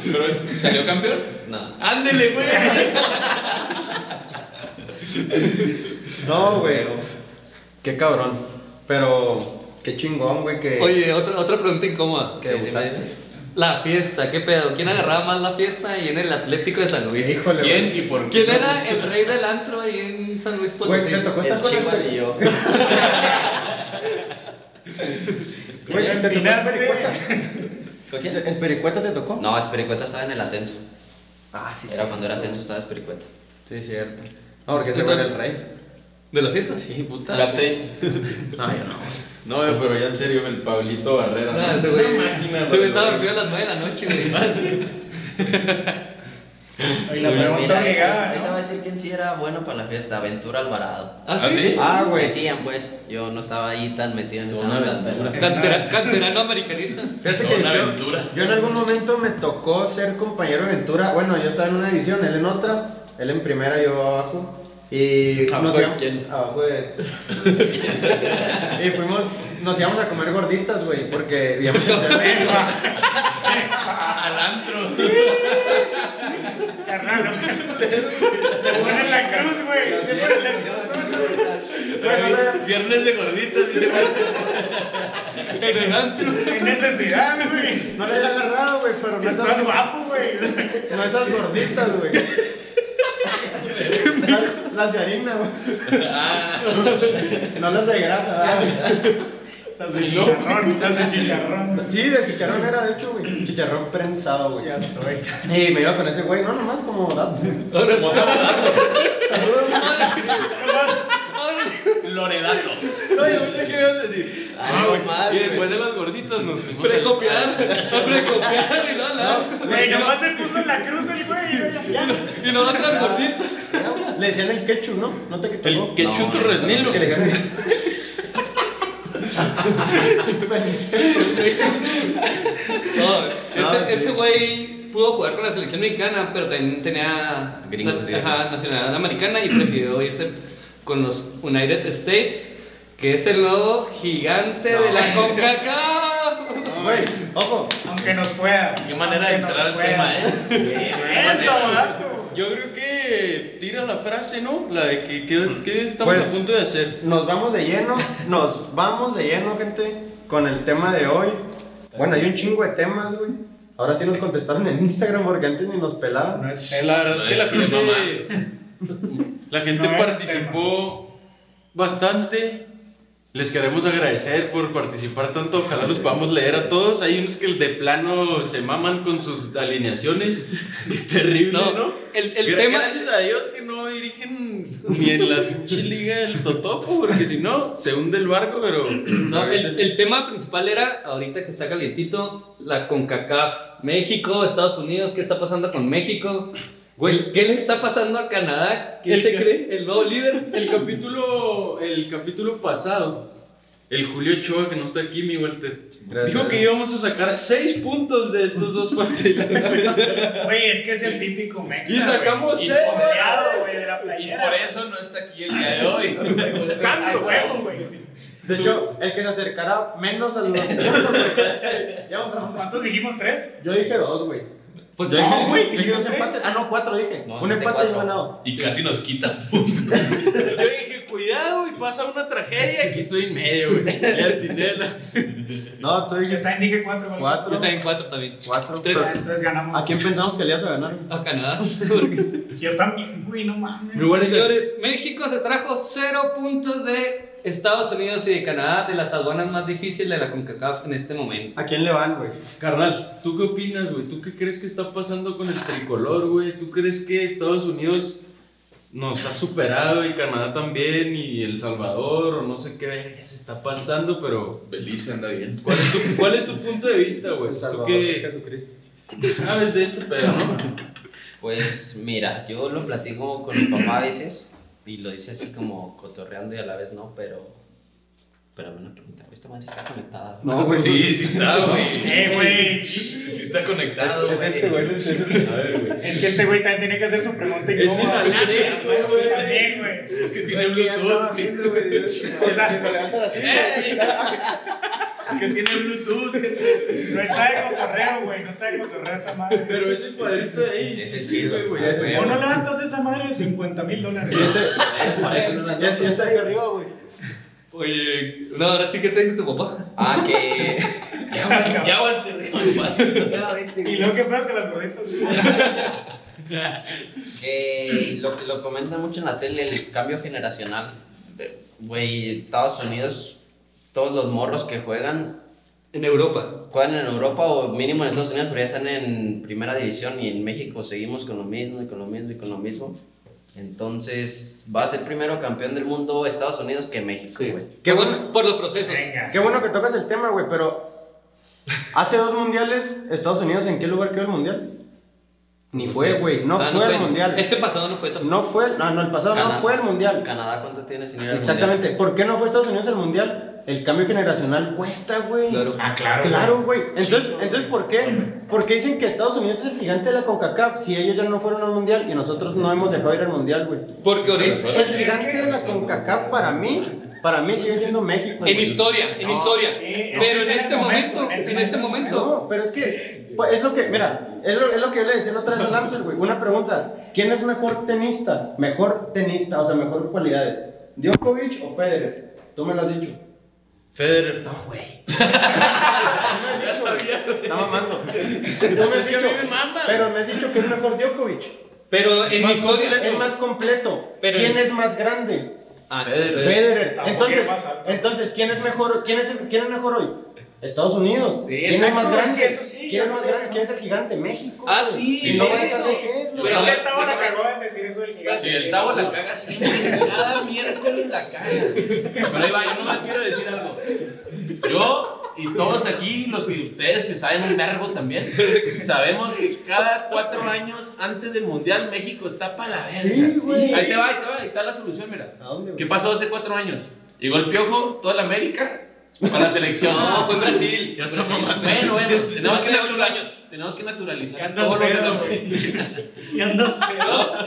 Speaker 6: Pero, ¿Salió campeón?
Speaker 2: Nada.
Speaker 6: Ándele, güey.
Speaker 4: No, güey. Qué cabrón. Pero qué chingón, güey, que
Speaker 7: Oye, otra, otra pregunta incómoda.
Speaker 4: que debutaste.
Speaker 7: La fiesta, ¿qué pedo? ¿Quién agarraba más la fiesta y en el Atlético de San Luis?
Speaker 4: Híjole,
Speaker 6: ¿Quién
Speaker 4: güey.
Speaker 6: y por qué?
Speaker 7: ¿Quién era el rey del antro ahí en San Luis Potosí?
Speaker 4: Güey, te tocó estar
Speaker 2: El
Speaker 4: con
Speaker 2: Chivas
Speaker 4: este-
Speaker 2: y yo.
Speaker 4: Güey, te tocó
Speaker 5: Opinaste.
Speaker 4: el pericueta.
Speaker 2: ¿Con quién?
Speaker 4: ¿El pericueta te tocó?
Speaker 2: No, Espericueta estaba en el ascenso.
Speaker 4: Ah, sí,
Speaker 2: Era
Speaker 4: sí.
Speaker 2: cuando era ascenso, estaba Espericueta.
Speaker 4: Sí, cierto. No, porque ese güey era el rey.
Speaker 7: ¿De la fiesta?
Speaker 3: Sí, puta.
Speaker 6: Espérate.
Speaker 4: No, yo no.
Speaker 3: No, güey, pero ya en serio, el Pablito Barrera.
Speaker 7: No, Ah, ese güey.
Speaker 3: Una máquina,
Speaker 7: Ese güey estaba
Speaker 3: güey.
Speaker 7: dormido a las 9 de la noche, güey.
Speaker 5: Y la
Speaker 2: Pero
Speaker 5: pregunta
Speaker 2: mira, ahí te-
Speaker 5: obligada,
Speaker 2: ahí te
Speaker 5: ¿no?
Speaker 2: voy a decir quién sí era bueno para la fiesta, Aventura Alvarado.
Speaker 7: ¿Ah,
Speaker 6: ¿Ah,
Speaker 7: sí?
Speaker 6: sí?
Speaker 4: Ah, güey.
Speaker 2: Decían pues, yo no estaba ahí tan metido en esa
Speaker 3: Una
Speaker 2: onda,
Speaker 3: aventura.
Speaker 2: pero...
Speaker 7: Cantera- Canterano americanista.
Speaker 4: Fíjate
Speaker 6: No,
Speaker 4: que
Speaker 6: una
Speaker 4: yo,
Speaker 6: aventura.
Speaker 4: yo en algún momento me tocó ser compañero de aventura. Bueno, yo estaba en una división, él en otra, él en primera, yo abajo. Y
Speaker 3: ¿Abajo
Speaker 4: nos
Speaker 3: de
Speaker 4: íbamos-
Speaker 3: quién?
Speaker 4: Abajo de. y fuimos, nos íbamos a comer gorditas, güey, porque íbamos a hacer.
Speaker 6: Al antro.
Speaker 5: Carnal, no. Se pone en la cruz, güey. Se pone en la cruz.
Speaker 6: Ahí, Viernes de gorditas. dice,
Speaker 7: En el antro.
Speaker 5: ¿no? Qué necesidad, güey.
Speaker 4: no le había agarrado, güey, pero no
Speaker 5: Estás
Speaker 4: esas,
Speaker 5: guapo, güey.
Speaker 4: no esas gorditas, güey. Las- las de harina, güey. No las de grasa, ¿verdad?
Speaker 5: Estás de chicharrón, estás de chicharrón.
Speaker 4: Sí, de chicharrón era, de hecho, güey. Chicharrón prensado, güey.
Speaker 5: Ya estoy.
Speaker 4: Y me iba con ese güey, no, nomás como dato.
Speaker 7: Ahora,
Speaker 6: Loredato.
Speaker 3: No, yo pensé que me ibas a decir.
Speaker 2: Ah,
Speaker 3: güey,
Speaker 2: madre,
Speaker 3: Y
Speaker 2: güey.
Speaker 3: después de las gorditas nos fuimos. al-
Speaker 7: Precopiar. Precopiar y no la.
Speaker 5: Güey, nomás se puso en la cruz el güey. Ya.
Speaker 7: Y no otras gorditas.
Speaker 4: Le decían el ketchup, ¿no? No te tocó.
Speaker 6: El que chuto
Speaker 4: No,
Speaker 6: resnilo.
Speaker 4: que le dijeron-
Speaker 7: No,
Speaker 4: Ah,
Speaker 7: ese,
Speaker 4: sí.
Speaker 7: ese güey pudo jugar con la selección mexicana, pero también tenía
Speaker 2: Gringos,
Speaker 7: na-
Speaker 2: sí.
Speaker 7: ajá, nacionalidad americana y prefirió irse con los United States, que es el nuevo gigante de la CONCACAF.
Speaker 4: Güey, ojo.
Speaker 5: Aunque nos pueda.
Speaker 6: Qué manera de
Speaker 5: Aunque nos
Speaker 6: entrar al
Speaker 5: pueda.
Speaker 6: tema, ¿eh?
Speaker 5: Violento, vato.
Speaker 3: Yo creo que tira la frase, ¿no? La de que, que, es- que estamos
Speaker 4: Pues-
Speaker 3: a punto de hacer.
Speaker 4: Nos vamos de lleno, nos vamos de lleno, gente, con el tema de hoy. Bueno, hay un chingo de temas, güey. Ahora sí nos contestaron en Instagram porque antes ni nos pelaban.
Speaker 5: No es
Speaker 3: Eh, La verdad
Speaker 6: No
Speaker 3: que la
Speaker 6: es tema,
Speaker 3: gente, la gente
Speaker 5: No es
Speaker 3: participó bastante. Les queremos agradecer por participar tanto. Ojalá los podamos leer a todos. Hay unos que de plano se maman con sus alineaciones. Qué terrible, ¿no?
Speaker 7: No, el- el
Speaker 3: Gra-
Speaker 7: tema-
Speaker 3: Gracias a Dios que no dirigen ni en la pinche liga el Totopo, porque si no, se hunde el barco, pero.
Speaker 7: No, el, el tema principal era, ahorita que está calientito, la CONCACAF. México, Estados Unidos, ¿qué está pasando con México? Güey, ¿qué le está pasando a Canadá? ¿Quién
Speaker 3: El
Speaker 7: se
Speaker 3: ca-
Speaker 7: cree? ¿El nuevo líder?
Speaker 3: El capítulo, el capítulo pasado, el Julio Ochoa, que no está aquí, mi Walter,
Speaker 4: Gracias.
Speaker 3: dijo que íbamos a sacar 6 puntos de estos dos partidos.
Speaker 5: Güey, es que es el típico mexa.
Speaker 3: Y sacamos
Speaker 5: güey.
Speaker 3: cero.
Speaker 5: Impoteado, güey, de la
Speaker 6: Y
Speaker 5: playera.
Speaker 6: por eso no está aquí el día de hoy.
Speaker 5: Canto, huevo, güey.
Speaker 4: De hecho, el que se acercará menos a los puntos, güey. Ya vamos a
Speaker 5: ¿Cuántos dijimos? ¿Tres?
Speaker 4: Yo dije dos, güey.
Speaker 7: Pues,
Speaker 4: Yo
Speaker 7: no,
Speaker 4: dije,
Speaker 5: güey,
Speaker 4: yo dije
Speaker 5: dijiste
Speaker 4: dos
Speaker 5: tres.
Speaker 4: empates. Ah, no, cuatro dije.
Speaker 2: No,
Speaker 4: un
Speaker 2: dijiste
Speaker 4: empate y un
Speaker 2: cuatro.
Speaker 4: ganado.
Speaker 6: Y casi nos quita puntos.
Speaker 3: Yo dije, cuidado, y pasa una tragedia, aquí estoy en medio, güey. Le atiné la-
Speaker 4: No, tú
Speaker 5: Yo
Speaker 4: dijiste
Speaker 5: también dije cuatro, güey.
Speaker 4: cuatro.
Speaker 7: Yo también cuatro también.
Speaker 4: Cuatro.
Speaker 7: Tres.
Speaker 5: Ah,
Speaker 4: pero-
Speaker 5: Entonces ganamos.
Speaker 4: ¿A quién pensamos que le ibas a ganar?
Speaker 7: A Canadá.
Speaker 5: Yo también, güey, no mames.
Speaker 7: Señores, México se trajo cero puntos de Estados Unidos y de Canadá, de las aduanas más difíciles de la CONCACAF en este momento.
Speaker 4: ¿A quién le van, güey?
Speaker 3: Carnal, ¿tú qué opinas, güey? ¿Tú qué crees que está pasando con el tricolor, güey? ¿Tú crees que Estados Unidos nos ha superado y Canadá también y El Salvador o no sé qué verga se está pasando, pero
Speaker 6: Belice anda bien.
Speaker 3: ¿Cuál es tu, cuál es tu punto de vista, güey?
Speaker 4: El
Speaker 3: Tú
Speaker 4: Salvador
Speaker 3: que
Speaker 4: Jesucristo.
Speaker 3: sabes de este pedo, ¿no?
Speaker 2: Pues mira, yo lo platico con mi papá a veces y lo dice así como cotorreando y a la vez no, pero. Espérame una pregunta, güey, esta madre está conectada. güey.
Speaker 4: No, güey.
Speaker 6: Sí, sí está, güey.
Speaker 5: Eh, güey.
Speaker 6: Sí está conectado,
Speaker 4: Es
Speaker 6: güey.
Speaker 4: este, güey. Es este. A ver, güey.
Speaker 5: Es que este güey también tiene que hacer su pregunta
Speaker 3: Es
Speaker 5: incómoda.
Speaker 3: inalámbrico, güey.
Speaker 5: También, güey.
Speaker 6: Es que tiene Bluetooth.
Speaker 5: O sea,
Speaker 6: Es que tiene Bluetooth.
Speaker 5: no está de cotorreo, güey. No está de cotorreo esta madre.
Speaker 3: Pero ese cuadrito de ahí.
Speaker 2: Ese es
Speaker 3: sí,
Speaker 2: chido.
Speaker 3: güey,
Speaker 2: Ah,
Speaker 3: ese-
Speaker 2: güey.
Speaker 5: ¿O no levantas esa madre de 50 mil dólares?
Speaker 2: Eh, por eso no la
Speaker 4: Ya
Speaker 2: noto.
Speaker 4: ya está ahí arriba, güey.
Speaker 6: Oye,
Speaker 7: No, ahora sí que te dice tu papá.
Speaker 2: Ah, que.
Speaker 6: ya, Wal- ya Walter, déjame en paz.
Speaker 5: Y luego que pedo con las gorditas.
Speaker 2: que Eh, lo que lo comentan mucho en la tele, el cambio generacional. De- Güey, Estados Unidos, todos los morros que juegan,
Speaker 7: En Europa.
Speaker 2: juegan en Europa o mínimo en Estados Unidos, pero ya están en primera división y en México seguimos con lo mismo y con lo mismo y con lo mismo. Entonces, va a ser primero campeón del mundo Estados Unidos que México,
Speaker 7: Sí.
Speaker 2: güey.
Speaker 4: Qué
Speaker 7: por,
Speaker 4: bueno.
Speaker 7: por los procesos.
Speaker 5: Venga.
Speaker 4: Qué bueno que tocas el tema, güey, pero hace dos mundiales, Estados Unidos, ¿en qué lugar quedó el mundial? Ni fue, güey, no
Speaker 7: Ah,
Speaker 4: fue el mundial.
Speaker 7: Este pasado no fue tampoco.
Speaker 4: No fue, no, no, el pasado
Speaker 2: Canadá.
Speaker 4: no fue el mundial.
Speaker 2: Canadá, ¿cuánto tiene sin ir al
Speaker 4: Exactamente, ¿por qué no fue Estados Unidos el mundial? El cambio generacional cuesta, güey.
Speaker 7: Claro.
Speaker 5: Ah, claro.
Speaker 4: Claro, güey. Entonces, entonces, ¿por qué? ¿Por qué dicen que Estados Unidos es el gigante de la CONCACAF si ellos ya no fueron al mundial y nosotros no hemos dejado ir al mundial, güey?
Speaker 7: Porque ahorita.
Speaker 6: Venezuela.
Speaker 4: El gigante de la CONCACAF para mí, para mí sigue siendo México.
Speaker 7: En
Speaker 4: güey.
Speaker 7: historia, en
Speaker 5: No,
Speaker 7: historia.
Speaker 5: sí, es que
Speaker 7: pero
Speaker 5: es
Speaker 7: en
Speaker 5: en
Speaker 7: este
Speaker 5: el
Speaker 7: momento,
Speaker 5: momento, es
Speaker 7: en
Speaker 5: en
Speaker 7: este
Speaker 5: el
Speaker 7: momento.
Speaker 4: No, pero es que, pues, es lo que, mira, es lo, es lo que yo le decía la otra vez al Amsel, güey. Una pregunta: ¿quién es mejor tenista? Mejor tenista, o sea, mejor cualidades. ¿Djokovic o Federer? Tú me lo has dicho.
Speaker 6: Federer.
Speaker 4: Ya sabía. Está mamando. Tú me
Speaker 6: Pues
Speaker 4: has
Speaker 6: es que a mí
Speaker 4: dicho-
Speaker 6: me mama.
Speaker 4: Pero me has dicho que es mejor Djokovic.
Speaker 7: Pero
Speaker 6: Es
Speaker 7: en
Speaker 6: más
Speaker 7: historia.
Speaker 6: completo.
Speaker 4: Es más completo.
Speaker 7: Pero-
Speaker 4: ¿Quién es más grande?
Speaker 7: Ah,
Speaker 6: Federer.
Speaker 7: Federer.
Speaker 4: Federer.
Speaker 5: Tampoco
Speaker 4: Entonces,
Speaker 5: es más alto.
Speaker 4: entonces ¿quién es mejor? ¿Quién es, el- quién es mejor hoy? Estados Unidos.
Speaker 5: Sí,
Speaker 4: ¿Quién es
Speaker 5: exacto,
Speaker 4: más
Speaker 5: es
Speaker 4: grande?
Speaker 5: que eso sí,
Speaker 4: ¿Quién es
Speaker 5: ya
Speaker 4: más
Speaker 5: no
Speaker 4: grande?
Speaker 5: tiene-
Speaker 4: ¿Quién es el gigante? México.
Speaker 7: Ah,
Speaker 4: güey.
Speaker 7: sí,
Speaker 4: no
Speaker 6: Sí, sí,
Speaker 4: va a
Speaker 5: sí,
Speaker 4: dejar
Speaker 5: sí.
Speaker 4: de serlo.
Speaker 5: Pero es que
Speaker 7: Ajá.
Speaker 5: el Tavo la cagó en decir eso del gigante.
Speaker 6: Sí, el Tavo la caga siempre, cada miércoles la caga. Pero ahí va, yo nomás quiero decir algo. Yo y todos aquí, los que ustedes que saben un verbo también, sabemos que cada cuatro años antes del Mundial México está para la verga.
Speaker 4: Sí, güey.
Speaker 6: Ahí te va, ahí te va, ahí está la solución, mira.
Speaker 4: ¿A dónde, güey?
Speaker 6: ¿Qué pasó hace cuatro años? Llegó el Piojo, toda la América, para la selección.
Speaker 7: No, fue en Brasil.
Speaker 6: Ya está mamando. Bueno, bueno, tenemos que,
Speaker 7: Hace ocho
Speaker 6: natural-
Speaker 7: años.
Speaker 6: tenemos que
Speaker 5: Ya
Speaker 6: naturalizar
Speaker 5: andas
Speaker 6: todo lo que
Speaker 5: pedo, Y andas pedo.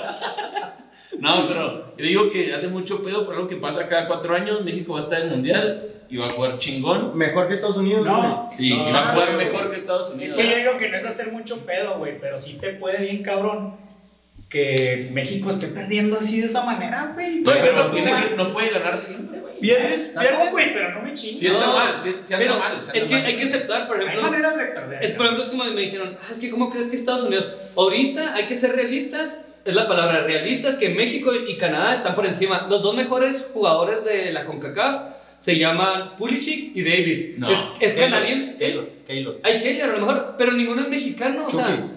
Speaker 6: No, pero yo digo que hace mucho pedo por lo que pasa cada cuatro años. México va a estar en el mundial y va a jugar chingón.
Speaker 4: Mejor que Estados Unidos.
Speaker 5: No.
Speaker 4: güey.
Speaker 6: Sí, y va a jugar mejor que Estados
Speaker 5: Es
Speaker 6: Unidos.
Speaker 5: que yo digo que no es hacer mucho pedo, güey, pero sí te puede bien cabrón que México esté perdiendo así de esa manera, güey.
Speaker 6: No, pero
Speaker 5: Pero,
Speaker 6: no, tiene
Speaker 5: o sea,
Speaker 6: que- no puede ganar siempre, güey.
Speaker 3: Pierdes,
Speaker 5: No,
Speaker 3: pierdes.
Speaker 5: güey, pero no me chingues.
Speaker 6: Sí está
Speaker 7: No,
Speaker 6: mal, sí, sí anda
Speaker 7: Pero
Speaker 6: mal. sí anda
Speaker 7: es que
Speaker 6: mal.
Speaker 7: hay que aceptar, por
Speaker 5: Hay
Speaker 7: ejemplo.
Speaker 5: maneras de perder.
Speaker 7: Es, por ejemplo, es como me dijeron, "Ah, es que ¿cómo crees que Estados Unidos? Ahorita hay que ser realistas, es la palabra realistas, que México y Canadá están por encima. Los dos mejores jugadores de la CONCACAF se llaman Pulisic y Davis.
Speaker 6: No,
Speaker 7: es es
Speaker 4: Keylor,
Speaker 7: canadiense.
Speaker 4: Keylor, Keylor.
Speaker 7: Hay Keylor a lo mejor, pero ninguno es mexicano, o sea...
Speaker 4: Chucky.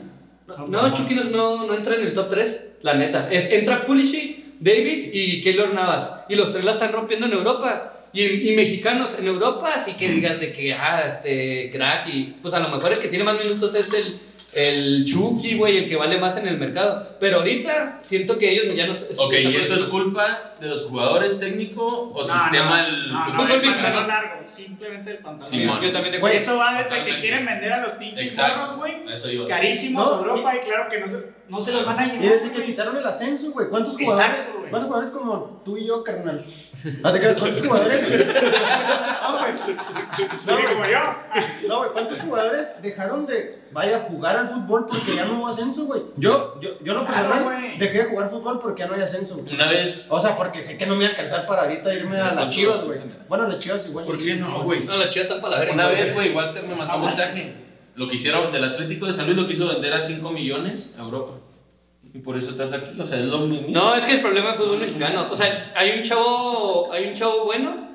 Speaker 7: No, no, Chucky no, no- no entra en el top 3, la neta. Es, entra Pulisic, Davis y Keylor Navas. Y los tres la están rompiendo en Europa. Y, y mexicanos en Europa, así que digas de que, ah, este, crack. Y, pues a lo mejor el que tiene más minutos es el, el Chucky, güey, el que vale más en el mercado. Pero ahorita siento que ellos ya no... se-
Speaker 6: Ok, ¿y
Speaker 7: están
Speaker 6: eso es
Speaker 7: poniendo-
Speaker 6: culpa de los jugadores técnico o sistema del
Speaker 7: fútbol
Speaker 5: el
Speaker 7: mexicano.
Speaker 5: pantalón largo, simplemente el pantalón.
Speaker 6: Sí, Simón.
Speaker 7: Yo también te
Speaker 4: Güey,
Speaker 5: Eso va desde que
Speaker 6: Totalmente.
Speaker 5: quieren vender a los pinches morros, güey.
Speaker 6: Eso iba.
Speaker 5: Carísimos
Speaker 4: No,
Speaker 5: a Europa y claro que no se, no se los van a
Speaker 4: Y desde
Speaker 5: llevar.
Speaker 4: que
Speaker 5: güey.
Speaker 4: quitaron el ascenso, güey. ¿Cuántos
Speaker 5: Exacto,
Speaker 4: jugadores?
Speaker 5: güey.
Speaker 4: ¿Cuántos jugadores como tú y yo, carnal? No te creas, ¿cuántos jugadores? No, güey. No,
Speaker 5: Sí, como
Speaker 4: güey.
Speaker 5: yo.
Speaker 4: No, güey, ¿Cuántos jugadores dejaron de vaya a jugar al fútbol porque ya no hubo ascenso, güey? Yo, yo, yo no
Speaker 5: Claro,
Speaker 4: personal
Speaker 5: güey.
Speaker 4: dejé de jugar fútbol porque ya no hay ascenso, güey.
Speaker 6: Una vez.
Speaker 4: O sea, porque sé que no me iba a alcanzar para ahorita irme a las chivas, güey. Bueno, las chivas igual.
Speaker 6: ¿Por
Speaker 4: sí.
Speaker 6: qué no, güey?
Speaker 7: No, las chivas están para la verga.
Speaker 6: Una
Speaker 7: güey.
Speaker 6: vez, güey, Walter me mandó un
Speaker 5: Aguas.
Speaker 6: mensaje. Lo que hicieron del Atlético de San Luis lo quiso vender a 5 millones a Europa. Y por eso estás aquí. O sea, es lo mismo.
Speaker 7: No, es que el problema es fútbol mexicano. O sea, hay un chavo, hay un chavo bueno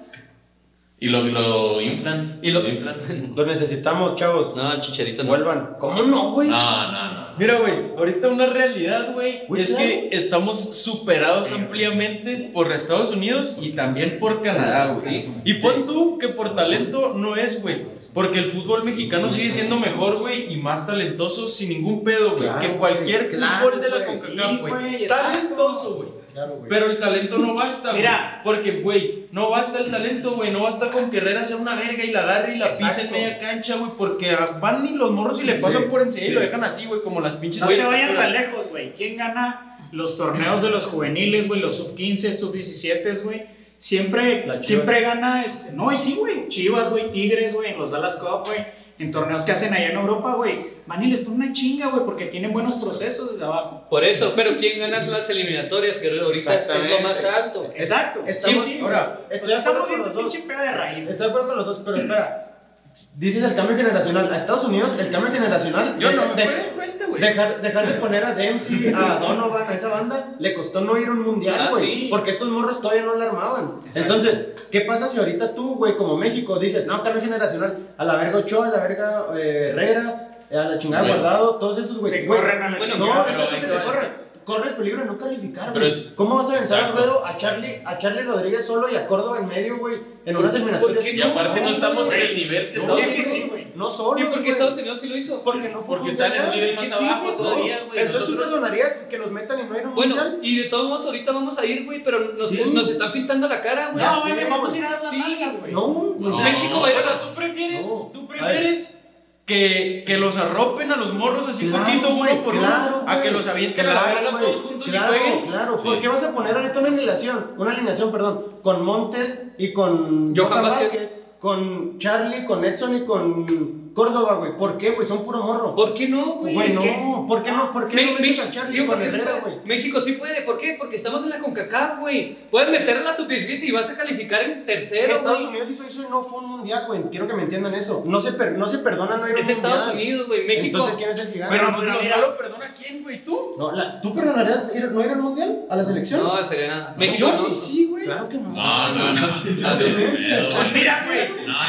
Speaker 6: Y lo, lo inflan.
Speaker 7: y lo...
Speaker 6: inflan.
Speaker 4: Los necesitamos, chavos.
Speaker 7: No, el chicharito no.
Speaker 4: Vuelvan. ¿Cómo no, güey?
Speaker 6: No, no, no.
Speaker 3: Mira, güey, ahorita una realidad, güey,
Speaker 4: Güey,
Speaker 3: es
Speaker 4: claro.
Speaker 3: que estamos superados ampliamente por Estados Unidos y también por Canadá, güey.
Speaker 7: Sí.
Speaker 3: Y pon tú que por talento no es, güey, porque el fútbol mexicano sigue siendo mejor, güey, y más talentoso sin ningún pedo, güey,
Speaker 4: Claro,
Speaker 3: que cualquier
Speaker 4: güey, claro,
Speaker 3: fútbol de la
Speaker 4: güey,
Speaker 5: sí,
Speaker 3: CONCACAF,
Speaker 5: güey,
Speaker 3: güey.
Speaker 5: exacto.
Speaker 3: Talentoso, güey.
Speaker 4: Claro, güey.
Speaker 3: Pero el talento no basta, güey.
Speaker 5: Mira.
Speaker 3: Porque, güey, no basta el talento, güey. No basta con querer hacer una verga y la agarre y la pisa en
Speaker 5: Exacto.
Speaker 3: media cancha, güey. Porque van y los morros y le pasan
Speaker 4: Sí,
Speaker 3: por encima y
Speaker 4: sí.
Speaker 3: lo dejan así, güey, como las pinches.
Speaker 5: No
Speaker 3: güey,
Speaker 5: se vayan
Speaker 3: pero-
Speaker 5: tan lejos, güey. ¿Quién gana los torneos de los juveniles, güey? Los sub 15, sub 17, güey. Siempre,
Speaker 4: La Chivas.
Speaker 5: siempre gana, este, no, y sí, güey, Chivas, güey, Tigres, güey, en los Dallas Cup, güey, en torneos que hacen allá en Europa, güey, van y les ponen una chinga, güey, porque tienen buenos procesos desde abajo.
Speaker 7: Por eso, pero ¿quién gana las eliminatorias? Que ahorita es lo más alto.
Speaker 6: Eh,
Speaker 5: Exacto.
Speaker 4: Estamos-
Speaker 5: sí, sí.
Speaker 4: ahora, estoy
Speaker 5: güey. O
Speaker 4: de
Speaker 5: sea,
Speaker 4: acuerdo
Speaker 5: estamos
Speaker 4: con
Speaker 5: viendo
Speaker 4: los
Speaker 5: un
Speaker 4: dos.
Speaker 5: pinche pedo de raíz, güey.
Speaker 4: Estoy de acuerdo con los dos, pero espera. Dices el cambio generacional. A Estados Unidos, el cambio generacional.
Speaker 3: Yo
Speaker 4: de-
Speaker 3: no,
Speaker 4: de-
Speaker 3: güey, fue este, güey.
Speaker 4: Dejar, dejar de poner a Dempsey, a Donovan, a esa banda, le costó no ir a un mundial,
Speaker 7: Ah,
Speaker 4: güey.
Speaker 7: sí.
Speaker 4: Porque estos morros todavía no la armaban. Entonces, ¿qué pasa si ahorita tú, güey, como México, dices, no, cambio generacional, a la verga Ochoa, a la verga eh, Herrera, eh, a la chingada
Speaker 6: Bueno.
Speaker 4: Guardado, todos esos, güey.
Speaker 5: Te
Speaker 4: Güey,
Speaker 5: corren a la
Speaker 7: Bueno,
Speaker 5: chingada.
Speaker 4: No,
Speaker 6: pero
Speaker 4: déjate
Speaker 6: ahí
Speaker 4: que
Speaker 6: te
Speaker 4: te
Speaker 6: va.
Speaker 4: corran. Corres peligro de no calificar,
Speaker 6: Pero
Speaker 4: güey.
Speaker 6: es-
Speaker 4: ¿Cómo vas a vencer al
Speaker 6: Exacto.
Speaker 4: ruedo a Charlie, a Charlie Rodríguez solo y a Córdoba en medio, güey? En unas eliminatorias.
Speaker 7: qué
Speaker 6: Y aparte no estamos en el nivel que
Speaker 5: No,
Speaker 6: Estados
Speaker 5: ya que
Speaker 6: Unidos.
Speaker 5: sí, güey.
Speaker 4: No solo.
Speaker 7: ¿Y por qué Estados Unidos sí lo hizo?
Speaker 4: Porque no fue
Speaker 6: Porque
Speaker 4: un
Speaker 6: están en
Speaker 4: mundial,
Speaker 6: el nivel más
Speaker 4: ¿qué
Speaker 6: abajo
Speaker 4: sí,
Speaker 6: todavía, güey.
Speaker 4: Entonces tú
Speaker 6: Nosotros-
Speaker 4: perdonarías que los metan y no ir a un
Speaker 7: Bueno,
Speaker 4: mundial.
Speaker 7: y de todos modos ahorita vamos a ir, güey, pero nos,
Speaker 4: Sí.
Speaker 7: nos están pintando la cara, güey.
Speaker 4: Ya
Speaker 5: No, güey,
Speaker 4: sé,
Speaker 5: vamos a
Speaker 4: güey.
Speaker 5: ir a dar las
Speaker 7: Sí.
Speaker 5: nalgas, güey.
Speaker 4: No, güey.
Speaker 6: No.
Speaker 7: México va a ir
Speaker 3: O
Speaker 7: a-
Speaker 3: sea, tú prefieres,
Speaker 4: No.
Speaker 3: tú prefieres que, que los arropen a los morros así
Speaker 4: Claro,
Speaker 3: poquito uno
Speaker 4: güey,
Speaker 3: por
Speaker 4: claro,
Speaker 3: uno, a que
Speaker 4: güey,
Speaker 3: los avienten a la
Speaker 4: claro,
Speaker 3: verga
Speaker 4: güey,
Speaker 3: todos juntos
Speaker 4: claro,
Speaker 3: y jueguen.
Speaker 4: Claro,
Speaker 6: Sí.
Speaker 4: porque vas a poner ahorita una alineación, una alineación, perdón, con Montes y con
Speaker 7: Johan Vázquez.
Speaker 4: con Charlie, con Edson y con Córdoba, güey. ¿Por qué, güey? Son puro morro.
Speaker 7: ¿Por qué no, güey?
Speaker 4: Güey,
Speaker 5: es
Speaker 4: no,
Speaker 5: que-
Speaker 4: ¿por qué no? ¿Por qué
Speaker 7: Me-
Speaker 4: no
Speaker 7: me-
Speaker 4: metes a Charlie
Speaker 7: digo,
Speaker 4: con
Speaker 7: ¿por qué sí
Speaker 4: Herrera,
Speaker 7: puede?
Speaker 4: güey?
Speaker 7: México sí puede, ¿por qué? Porque estamos en la CONCACAF, güey. Pueden meter a la sub-17 y vas a calificar en tercero,
Speaker 4: Estados
Speaker 7: güey.
Speaker 4: Unidos hizo eso y no fue un mundial, güey. Quiero que me entiendan eso. No se, per- no se perdona no ir a un
Speaker 7: Es
Speaker 4: mundial.
Speaker 7: Estados Unidos, güey. México.
Speaker 4: Entonces, ¿quién es el gigante?
Speaker 3: Pero,
Speaker 5: Pero,
Speaker 3: pues,
Speaker 5: pero
Speaker 3: los
Speaker 5: mira.
Speaker 3: malos, perdona quién, güey, tú.
Speaker 4: No, la- ¿Tú perdonarías ir- no ir al mundial? ¿A la selección?
Speaker 7: No, sería. México.
Speaker 3: Yo
Speaker 7: no.
Speaker 3: ni sí, güey.
Speaker 4: Claro que no.
Speaker 6: No, no, no. Así de pedo, güey.
Speaker 5: Pues Mira, güey.
Speaker 6: No, no.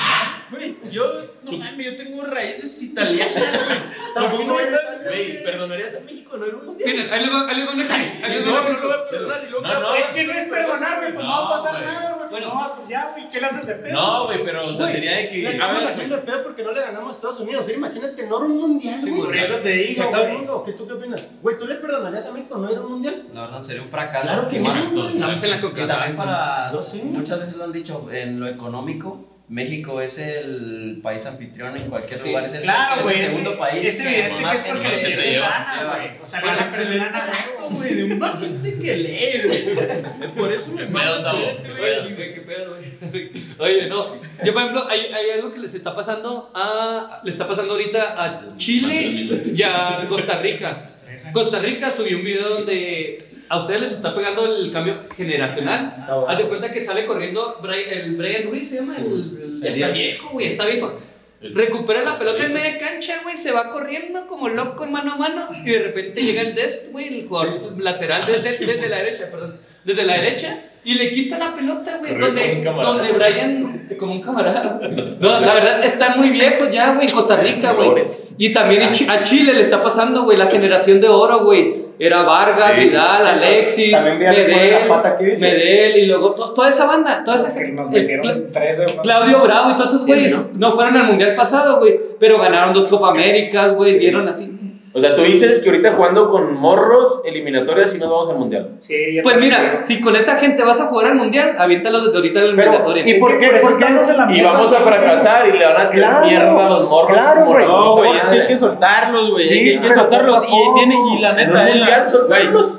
Speaker 3: Güey, yo, no mames, yo tengo raíces italianas, güey.
Speaker 4: Tampoco
Speaker 3: Tampoco
Speaker 4: eres
Speaker 3: no,
Speaker 6: Güey, ¿perdonarías a México no era un mundial?
Speaker 7: Miren, ahí le va, ahí le va una- ahí le va
Speaker 3: no,
Speaker 7: una-
Speaker 3: no lo voy a perdonar y luego.
Speaker 6: No, no.
Speaker 5: Es que no es perdonar, güey, pues no,
Speaker 6: No,
Speaker 5: va a pasar
Speaker 6: güey.
Speaker 5: nada, güey. Pues
Speaker 7: Bueno.
Speaker 5: no, pues ya, güey, ¿qué le haces de pedo?
Speaker 6: No, güey, pero o sea, sería de que. Ah,
Speaker 4: Le estamos haciendo de pedo porque no le ganamos a Estados Unidos. Ahora Imagínate, no era un mundial.
Speaker 7: Sí,
Speaker 4: güey.
Speaker 5: Por eso te
Speaker 4: Se
Speaker 5: digo,
Speaker 4: acaba el
Speaker 5: güey.
Speaker 4: mundo. ¿Qué, ¿Tú qué opinas? Güey, ¿tú le perdonarías a México no ir a un mundial?
Speaker 2: La verdad sería un fracaso.
Speaker 4: Claro que sí.
Speaker 6: Exacto.
Speaker 4: güey.
Speaker 7: Estamos en la
Speaker 2: Y también
Speaker 7: CONCACAF.
Speaker 2: para,
Speaker 4: Yo sí.
Speaker 2: muchas veces lo han dicho, en lo económico, México es el país anfitrión en cualquier
Speaker 7: Sí,
Speaker 2: lugar, es el,
Speaker 5: Claro,
Speaker 2: es
Speaker 5: güey,
Speaker 2: el
Speaker 5: es,
Speaker 2: segundo
Speaker 5: que
Speaker 2: país.
Speaker 5: es evidente que
Speaker 2: más
Speaker 5: es porque
Speaker 6: gente
Speaker 5: le
Speaker 2: gente
Speaker 5: pierden
Speaker 6: lleva.
Speaker 5: lana,
Speaker 2: lleva.
Speaker 5: güey. O sea, le
Speaker 3: Con
Speaker 5: van a perder
Speaker 3: excelente
Speaker 5: lana.
Speaker 3: dato, güey, de una gente que lee, güey. Por eso me
Speaker 6: Qué
Speaker 3: mata
Speaker 6: pedo, Tavo,
Speaker 3: tener este
Speaker 6: qué
Speaker 3: güey
Speaker 6: pedo.
Speaker 3: aquí, güey.
Speaker 7: Qué pedo, güey. Oye, no. Yo, por ejemplo, hay, hay algo que les está pasando a. Le está pasando ahorita a Chile y a Costa Rica.
Speaker 5: regresa.
Speaker 7: Costa Rica subió un video donde a ustedes les está pegando el cambio generacional.
Speaker 4: Está bueno.
Speaker 7: Haz de cuenta que sale corriendo Bri- el Brian Ruiz, se llama. El, el-
Speaker 4: El diez.
Speaker 7: ya está viejo, güey, está viejo.
Speaker 6: El-
Speaker 7: Recupera la
Speaker 6: está
Speaker 7: pelota en
Speaker 6: viejo.
Speaker 7: media cancha, güey, se va corriendo como loco, mano a mano, y de repente llega el Dest, güey, el jugador lateral desde, desde la derecha, perdón, desde la derecha, y le quita la pelota, güey,
Speaker 6: Corrió como
Speaker 7: donde,
Speaker 6: un camarada.
Speaker 7: donde Brian, como un camarada. No, la verdad, está muy viejo ya, güey, Costa Rica, güey. Y también en Chi- a Chile le está pasando, güey, la generación de oro, güey. Era Vargas,
Speaker 6: Sí.
Speaker 7: Vidal, Alexis,
Speaker 4: También vi a Lemón en la
Speaker 7: Medel,
Speaker 4: pata aquí, ¿viste?
Speaker 7: Medel, y luego to- toda esa banda, toda esa
Speaker 5: Que nos
Speaker 7: el-
Speaker 5: metieron 13 o
Speaker 7: Claudio Bravo y todos esos güeyes
Speaker 6: ¿no?
Speaker 7: no fueron al mundial pasado, güey, pero ganaron dos Copa Américas, güey, dieron así.
Speaker 6: O sea, tú dices que ahorita jugando con morros eliminatorias y nos vamos al mundial.
Speaker 5: Sí, yo
Speaker 7: Pues
Speaker 5: también
Speaker 7: mira,
Speaker 5: creo.
Speaker 7: si con esa gente vas a jugar al mundial, aviéntalo desde ahorita en la
Speaker 4: Pero,
Speaker 7: eliminatoria.
Speaker 4: ¿y
Speaker 5: Es
Speaker 4: por
Speaker 5: que
Speaker 4: qué?
Speaker 5: por eso
Speaker 4: ¿Por qué
Speaker 5: estamos
Speaker 4: no se
Speaker 5: en la
Speaker 4: la
Speaker 6: Y vamos a fracasar y le van a tirar
Speaker 4: Claro,
Speaker 6: mierda a los morros.
Speaker 4: claro,
Speaker 6: como
Speaker 4: güey.
Speaker 6: nos
Speaker 3: No,
Speaker 6: gusta
Speaker 3: güey, es que hay
Speaker 6: madre.
Speaker 3: que soltarlos, güey.
Speaker 4: Sí,
Speaker 3: hay que
Speaker 4: pero
Speaker 3: soltarlos.
Speaker 4: poco a
Speaker 3: Y,
Speaker 4: poco.
Speaker 3: tiene, y la
Speaker 6: En un
Speaker 3: neta, es la-
Speaker 6: mundial
Speaker 3: güey,
Speaker 6: soltarlos.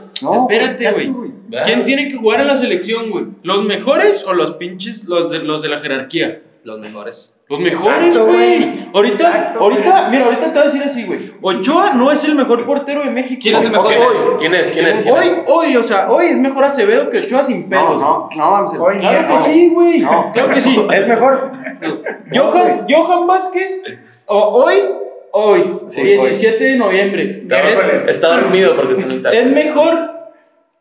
Speaker 3: espérate, güey.
Speaker 6: ¿Verdad?
Speaker 3: ¿Quién tiene que jugar en la selección, güey? ¿Los mejores o los pinches, los de, los de la jerarquía?
Speaker 2: Los mejores.
Speaker 3: Los mejores,
Speaker 4: Exacto,
Speaker 3: güey. Ahorita,
Speaker 5: Exacto,
Speaker 3: ahorita, mira, ahorita te voy a decir así, güey. Ochoa no es el mejor portero de México.
Speaker 7: ¿Quién es el
Speaker 3: Hoy-
Speaker 7: mejor?
Speaker 3: Hoy,
Speaker 6: ¿Quién es? ¿Quién es? ¿Quién
Speaker 3: hoy,
Speaker 6: es?
Speaker 3: hoy, o sea, hoy es mejor Acevedo que Ochoa sin
Speaker 4: No,
Speaker 3: pelos.
Speaker 4: no, no, Amsel.
Speaker 5: Hoy
Speaker 3: Claro
Speaker 5: no.
Speaker 3: que sí, güey.
Speaker 4: No.
Speaker 3: Claro que sí.
Speaker 4: Es mejor.
Speaker 3: Johan, Johan Vázquez, o- hoy, hoy,
Speaker 4: Sí,
Speaker 3: 17 de noviembre.
Speaker 6: Está
Speaker 3: Es-
Speaker 6: dormido, Está dormido porque está en el
Speaker 3: es
Speaker 6: taxi.
Speaker 3: mejor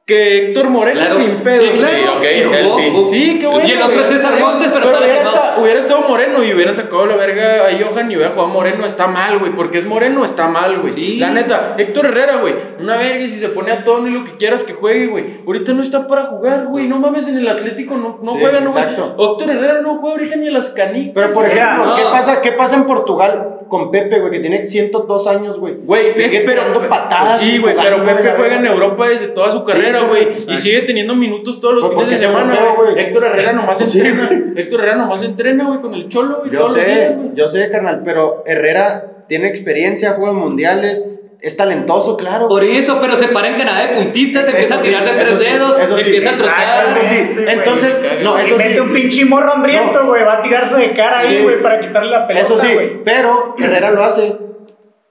Speaker 3: que Héctor Moreno
Speaker 7: Claro.
Speaker 3: sin pedo.
Speaker 7: Sí,
Speaker 6: Sí, ok, él sí.
Speaker 3: Pues Sí, qué bueno.
Speaker 7: Y el otro
Speaker 3: güey.
Speaker 7: es César Montes, pero está
Speaker 3: hubiera,
Speaker 7: lesionado.
Speaker 3: esta- hubiera estado Moreno y hubieran sacado la verga a Johan y hubiera jugado Moreno. Está mal, güey, porque es Moreno, está mal, güey.
Speaker 7: Sí.
Speaker 3: La neta, Héctor Herrera, güey, una verga y si se pone a tono y lo que quieras que juegue, güey. Ahorita no está para jugar, güey. No mames, en el Atlético no, no
Speaker 4: Sí,
Speaker 3: juega, no juega.
Speaker 4: exacto.
Speaker 3: Héctor Herrera no juega ahorita ni en las canicas.
Speaker 4: Pero por
Speaker 3: güey.
Speaker 4: ejemplo,
Speaker 7: no.
Speaker 4: ¿qué, pasa, ¿qué pasa en Portugal con Pepe, güey? Que tiene 102 años, güey.
Speaker 3: Güey,
Speaker 4: Sigue
Speaker 3: Pepe, pero.
Speaker 4: tirando patadas
Speaker 3: pues sí,
Speaker 4: y
Speaker 3: güey, pero
Speaker 4: jugando,
Speaker 3: Pepe
Speaker 4: güey,
Speaker 3: juega en
Speaker 4: güey.
Speaker 3: Europa desde toda su carrera,
Speaker 4: exacto.
Speaker 3: güey. Y sigue teniendo minutos todos los
Speaker 4: Pues,
Speaker 3: fines de
Speaker 4: porque es
Speaker 3: semana,
Speaker 4: europeo,
Speaker 3: güey.
Speaker 4: güey.
Speaker 3: Héctor Herrera nomás
Speaker 4: Sí,
Speaker 3: entrena.
Speaker 4: güey.
Speaker 3: Héctor Herrera nomás entrena, güey, con el cholo, güey.
Speaker 4: Yo
Speaker 3: todos los
Speaker 4: sé,
Speaker 3: días, güey.
Speaker 4: yo sé, carnal, pero Herrera tiene experiencia, juega en mundiales, es talentoso, claro.
Speaker 7: Por eso, pero se para en Canadá de puntitas,
Speaker 4: Eso
Speaker 7: empieza a
Speaker 4: sí,
Speaker 7: tirar de
Speaker 4: eso
Speaker 7: tres
Speaker 4: sí,
Speaker 7: dedos,
Speaker 4: eso sí,
Speaker 7: empieza
Speaker 4: exacto,
Speaker 7: a
Speaker 4: eso
Speaker 7: trotar.
Speaker 4: sí. Entonces, no,
Speaker 5: Y
Speaker 4: eso
Speaker 5: mete
Speaker 4: sí.
Speaker 5: un pinche morro hambriento,
Speaker 4: No.
Speaker 5: güey. Va a tirarse de cara ahí,
Speaker 4: Sí.
Speaker 5: güey, para quitarle la pelota,
Speaker 4: Eso sí,
Speaker 5: güey.
Speaker 4: pero Herrera lo hace.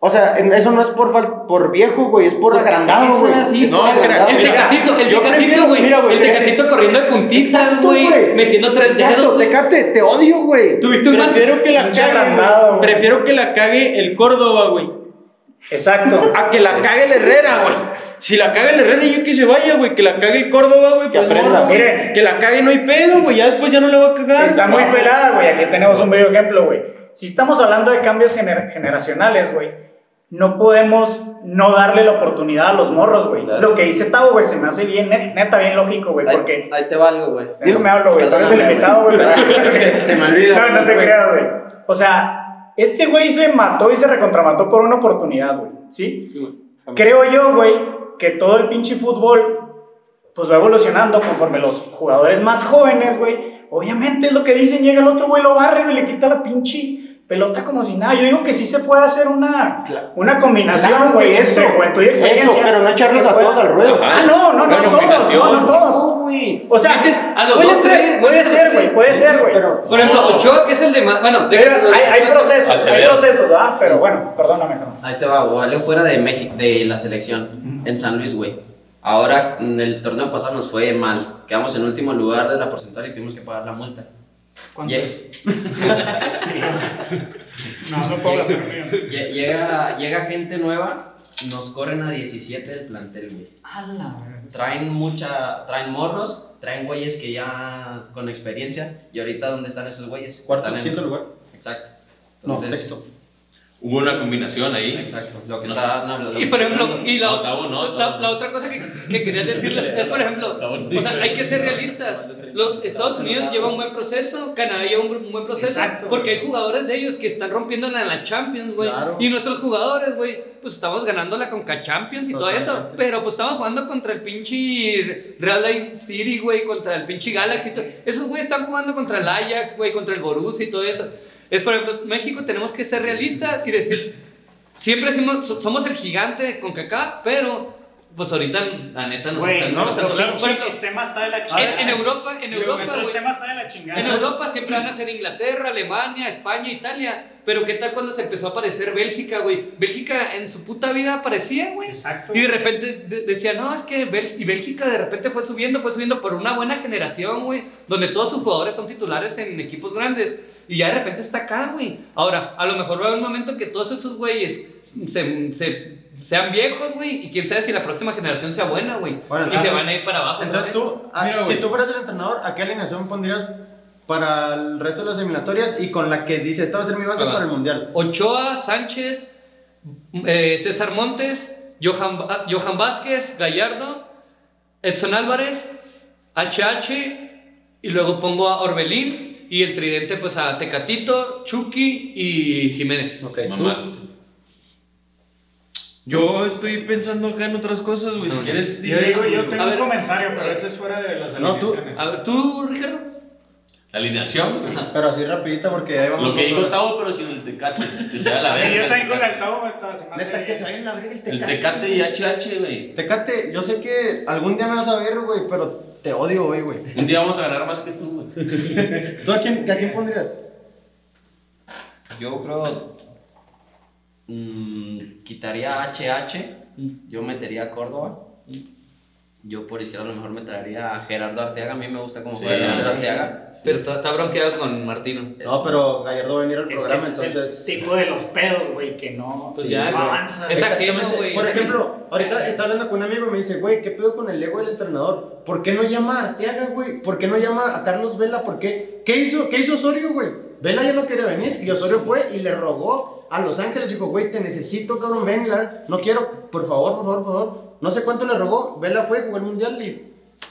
Speaker 4: O sea, en- eso no es por, fal- por viejo, güey, es por agrandado,
Speaker 7: Eso
Speaker 4: güey.
Speaker 7: así,
Speaker 4: Es por
Speaker 3: No, crack,
Speaker 4: agrandado.
Speaker 7: El
Speaker 3: Mira,
Speaker 7: tecatito, el
Speaker 3: yo
Speaker 7: tecatito,
Speaker 3: prefiero- mira,
Speaker 7: güey.
Speaker 3: güey,
Speaker 7: El
Speaker 3: fíjate.
Speaker 7: tecatito corriendo de puntitas,
Speaker 4: Exacto,
Speaker 7: güey. Metiendo tres
Speaker 4: Exacto,
Speaker 7: dedos. güey.
Speaker 4: Tecate, te odio, güey.
Speaker 7: Tuviste un mal-
Speaker 3: Prefiero que la
Speaker 5: Pinche
Speaker 3: cague.
Speaker 5: agrandado,
Speaker 3: güey.
Speaker 5: güey.
Speaker 3: Prefiero que la cague el Córdoba, güey.
Speaker 5: Exacto.
Speaker 3: A que la cague el Herrera, güey. Si la caga el Herrera, yo que se vaya, güey. Que la cague el Córdoba, güey.
Speaker 4: Que
Speaker 3: pues,
Speaker 4: aprenda,
Speaker 3: no, güey.
Speaker 5: miren.
Speaker 3: Que la cague no hay pedo, güey. Ya después ya no le va a cagar.
Speaker 5: Está muy pelada, güey. Aquí tenemos un bello ejemplo, güey. Si estamos hablando de cambios gener- generacionales, güey, no podemos no darle la oportunidad a los morros, güey.
Speaker 2: Claro.
Speaker 5: Lo que dice Tavo, güey, se me hace bien, net- neta, bien lógico, güey,
Speaker 2: Ahí,
Speaker 5: porque...
Speaker 2: ahí te va algo, güey.
Speaker 5: Yo me hablo, güey, tú eres el
Speaker 2: Perdóname,
Speaker 5: invitado, güey.
Speaker 2: Se me olvida.
Speaker 5: No, no te creas, güey. O sea, este güey se mató y se recontramató por una oportunidad, güey, ¿sí? Creo yo, güey, que todo el pinche fútbol pues va evolucionando conforme los jugadores más jóvenes, güey. Obviamente es lo que dicen, llega el otro güey, lo barre, güey, le quita la pinche pelota como si nada. Yo digo que sí se puede hacer una, una combinación,
Speaker 4: Claro,
Speaker 5: güey,
Speaker 4: eso.
Speaker 5: entre juventud y
Speaker 4: Eso,
Speaker 5: experiencia.
Speaker 4: pero no echarlos
Speaker 5: que
Speaker 4: a todos
Speaker 5: pueda-
Speaker 4: al ruedo.
Speaker 6: Ajá.
Speaker 5: Ah, no, no, no,
Speaker 6: Una
Speaker 5: todos, no,
Speaker 6: combinación.
Speaker 5: no todos. O sea,
Speaker 7: Metes a los
Speaker 5: puede
Speaker 7: dos,
Speaker 5: ser,
Speaker 7: güey,
Speaker 5: puede
Speaker 7: metes a
Speaker 5: ser,
Speaker 7: los
Speaker 5: güey,
Speaker 7: tres.
Speaker 5: puede ser, güey.
Speaker 4: Pero
Speaker 7: Por ejemplo, Ochoa, que es el de más. Bueno, déjalo-
Speaker 5: Hay, hay procesos, hay
Speaker 6: Acevedo.
Speaker 5: procesos, ¿verdad? Pero bueno, perdóname, cabrón.
Speaker 2: Ahí te va, güey. Algo fuera de, México, de la selección, en San Luis, güey. Ahora, en el torneo pasado nos fue mal. Quedamos en último lugar de la porcentual y tuvimos que pagar la multa. Lle-
Speaker 5: No, no puedo gastar un millón.
Speaker 2: lle- Llega, llega gente nueva, nos corren a 17 del plantel, güey. Traen mucha, traen morros, traen güeyes que ya con experiencia. Y ahorita, ¿dónde están esos güeyes?
Speaker 4: Cuarto,
Speaker 2: Están en-
Speaker 4: quinto lugar.
Speaker 2: Exacto.
Speaker 4: No,
Speaker 2: Entonces,
Speaker 4: sexto.
Speaker 6: Hubo una combinación ahí.
Speaker 2: Exacto. Lo que
Speaker 6: No.
Speaker 2: está hablando.
Speaker 7: Y por ejemplo, y la,
Speaker 6: No, Tavo, no,
Speaker 7: la-
Speaker 6: Tavo.
Speaker 7: la otra cosa que, que quería decirles es, por ejemplo,
Speaker 6: Tavo,
Speaker 7: o sea, hay que ser realistas. Los Estados Unidos lleva un buen proceso, Canadá lleva un, buen proceso,
Speaker 5: Exacto.
Speaker 7: porque hay jugadores de ellos que están rompiendo en la Champions, güey.
Speaker 4: Claro.
Speaker 7: Y nuestros jugadores, güey, pues estamos ganando la Conca Champions y todo eso,
Speaker 4: Totalmente.
Speaker 7: pero pues estamos jugando contra el pinche Real City, güey, contra el pinche Galaxy. y todo. Esos güey están jugando contra el Ajax, güey, contra el Borussia y todo eso. Es por ejemplo, México tenemos que ser realistas y decir, Siempre somos, so- somos el gigante con Kaká, pero pues ahorita la neta nos
Speaker 5: Güey,
Speaker 7: están-
Speaker 5: no,
Speaker 7: nos están-
Speaker 5: pero claro,
Speaker 7: Bueno,
Speaker 5: el sistema está de la
Speaker 7: en,
Speaker 5: chingada.
Speaker 7: en Europa, en Europa,
Speaker 5: el
Speaker 7: güey,
Speaker 5: sistema está de la chingada.
Speaker 7: en Europa siempre van a ser Inglaterra, Alemania, España, Italia, Pero ¿qué tal cuando se empezó a aparecer Bélgica, güey? Bélgica en su puta vida aparecía, güey.
Speaker 5: Exacto.
Speaker 7: Y de repente de- decía, no, es que Bel- y Bélgica de repente fue subiendo, fue subiendo por una buena generación, güey, donde todos sus jugadores son titulares en equipos grandes. Y ya de repente está acá, güey. Ahora, a lo mejor va a haber un momento que todos esos güeyes se, se- sean viejos, güey, y quién sabe si la próxima generación sea buena, güey.
Speaker 4: Bueno,
Speaker 7: y se
Speaker 4: entonces-
Speaker 7: van a ir para abajo.
Speaker 4: Entonces
Speaker 7: otra vez.
Speaker 4: tú, ah,
Speaker 3: Mira,
Speaker 4: si
Speaker 3: güey.
Speaker 4: tú fueras el entrenador, ¿a qué alineación pondrías para el resto de las eliminatorias y con la que dice, esta va a ser mi base
Speaker 7: Ahí va.
Speaker 4: para el mundial?
Speaker 7: Ochoa, Sánchez, eh, César Montes, Johan, Ba- Johan Vázquez, Gallardo, Edson Álvarez, HH, y luego pongo a Orbelín y el tridente pues a Tecatito, Chucky y Jiménez.
Speaker 4: Ok, tú.
Speaker 6: Mamaste.
Speaker 3: Yo estoy pensando acá en otras cosas, güey. Si
Speaker 7: No,
Speaker 3: quieres,
Speaker 5: Yo digo, yo tengo
Speaker 7: A ver.
Speaker 5: un comentario, pero ese es fuera de las
Speaker 4: No, tú.
Speaker 5: alineaciones.
Speaker 7: A ver, tú, Ricardo.
Speaker 6: La alineación.
Speaker 4: Pero así rapidita porque ahí vamos.
Speaker 6: Lo que
Speaker 4: dos
Speaker 6: dijo
Speaker 4: horas.
Speaker 6: Tavo, pero sin el tecate. Que se vea la verga.
Speaker 5: Y yo
Speaker 6: el
Speaker 5: tengo
Speaker 6: Tecate.
Speaker 5: el octavo, octavo, se me hace
Speaker 4: Neta que
Speaker 5: bien.
Speaker 4: se vayan a abrir el
Speaker 6: El
Speaker 4: tecate.
Speaker 6: tecate y HH, güey.
Speaker 4: Tecate, yo sé que algún día me vas a ver, güey, pero te odio hoy, güey.
Speaker 6: Un día vamos a ganar más que tú, güey.
Speaker 4: ¿Tú a quién, a quién pondrías?
Speaker 2: Yo creo. mm, quitaría a HH. Yo metería a Córdoba. Yo por izquierda a lo mejor me traería a Gerardo Arteaga. A mí me gusta cómo
Speaker 6: Sí,
Speaker 2: juega Gerardo
Speaker 6: sí.
Speaker 2: Arteaga.
Speaker 7: Pero está, está bronqueado con Martino.
Speaker 4: No, pero Gallardo va a venir al
Speaker 5: Es que
Speaker 4: programa,
Speaker 5: ese es
Speaker 4: entonces.
Speaker 5: el tipo de los pedos, güey, que no,
Speaker 7: Pues
Speaker 5: no
Speaker 7: ya, güey.
Speaker 5: avanzas.
Speaker 7: Es ajeno,
Speaker 4: Exactamente.
Speaker 7: güey,
Speaker 4: Por
Speaker 7: es
Speaker 4: ejemplo, ahorita está hablando con un amigo y me dice, güey, ¿qué pedo con el ego del entrenador? ¿Por qué no llama a Arteaga, güey? ¿Por qué no llama a Carlos Vela? ¿Por qué? ¿Qué hizo, qué hizo Osorio, güey? Vela ya no quería venir y Osorio fue y le rogó a Los Ángeles, dijo, güey, te necesito, cabrón, ven, la- no quiero, por favor, por favor, por favor. No sé cuánto le rogó, Vela fue, jugó el mundial y...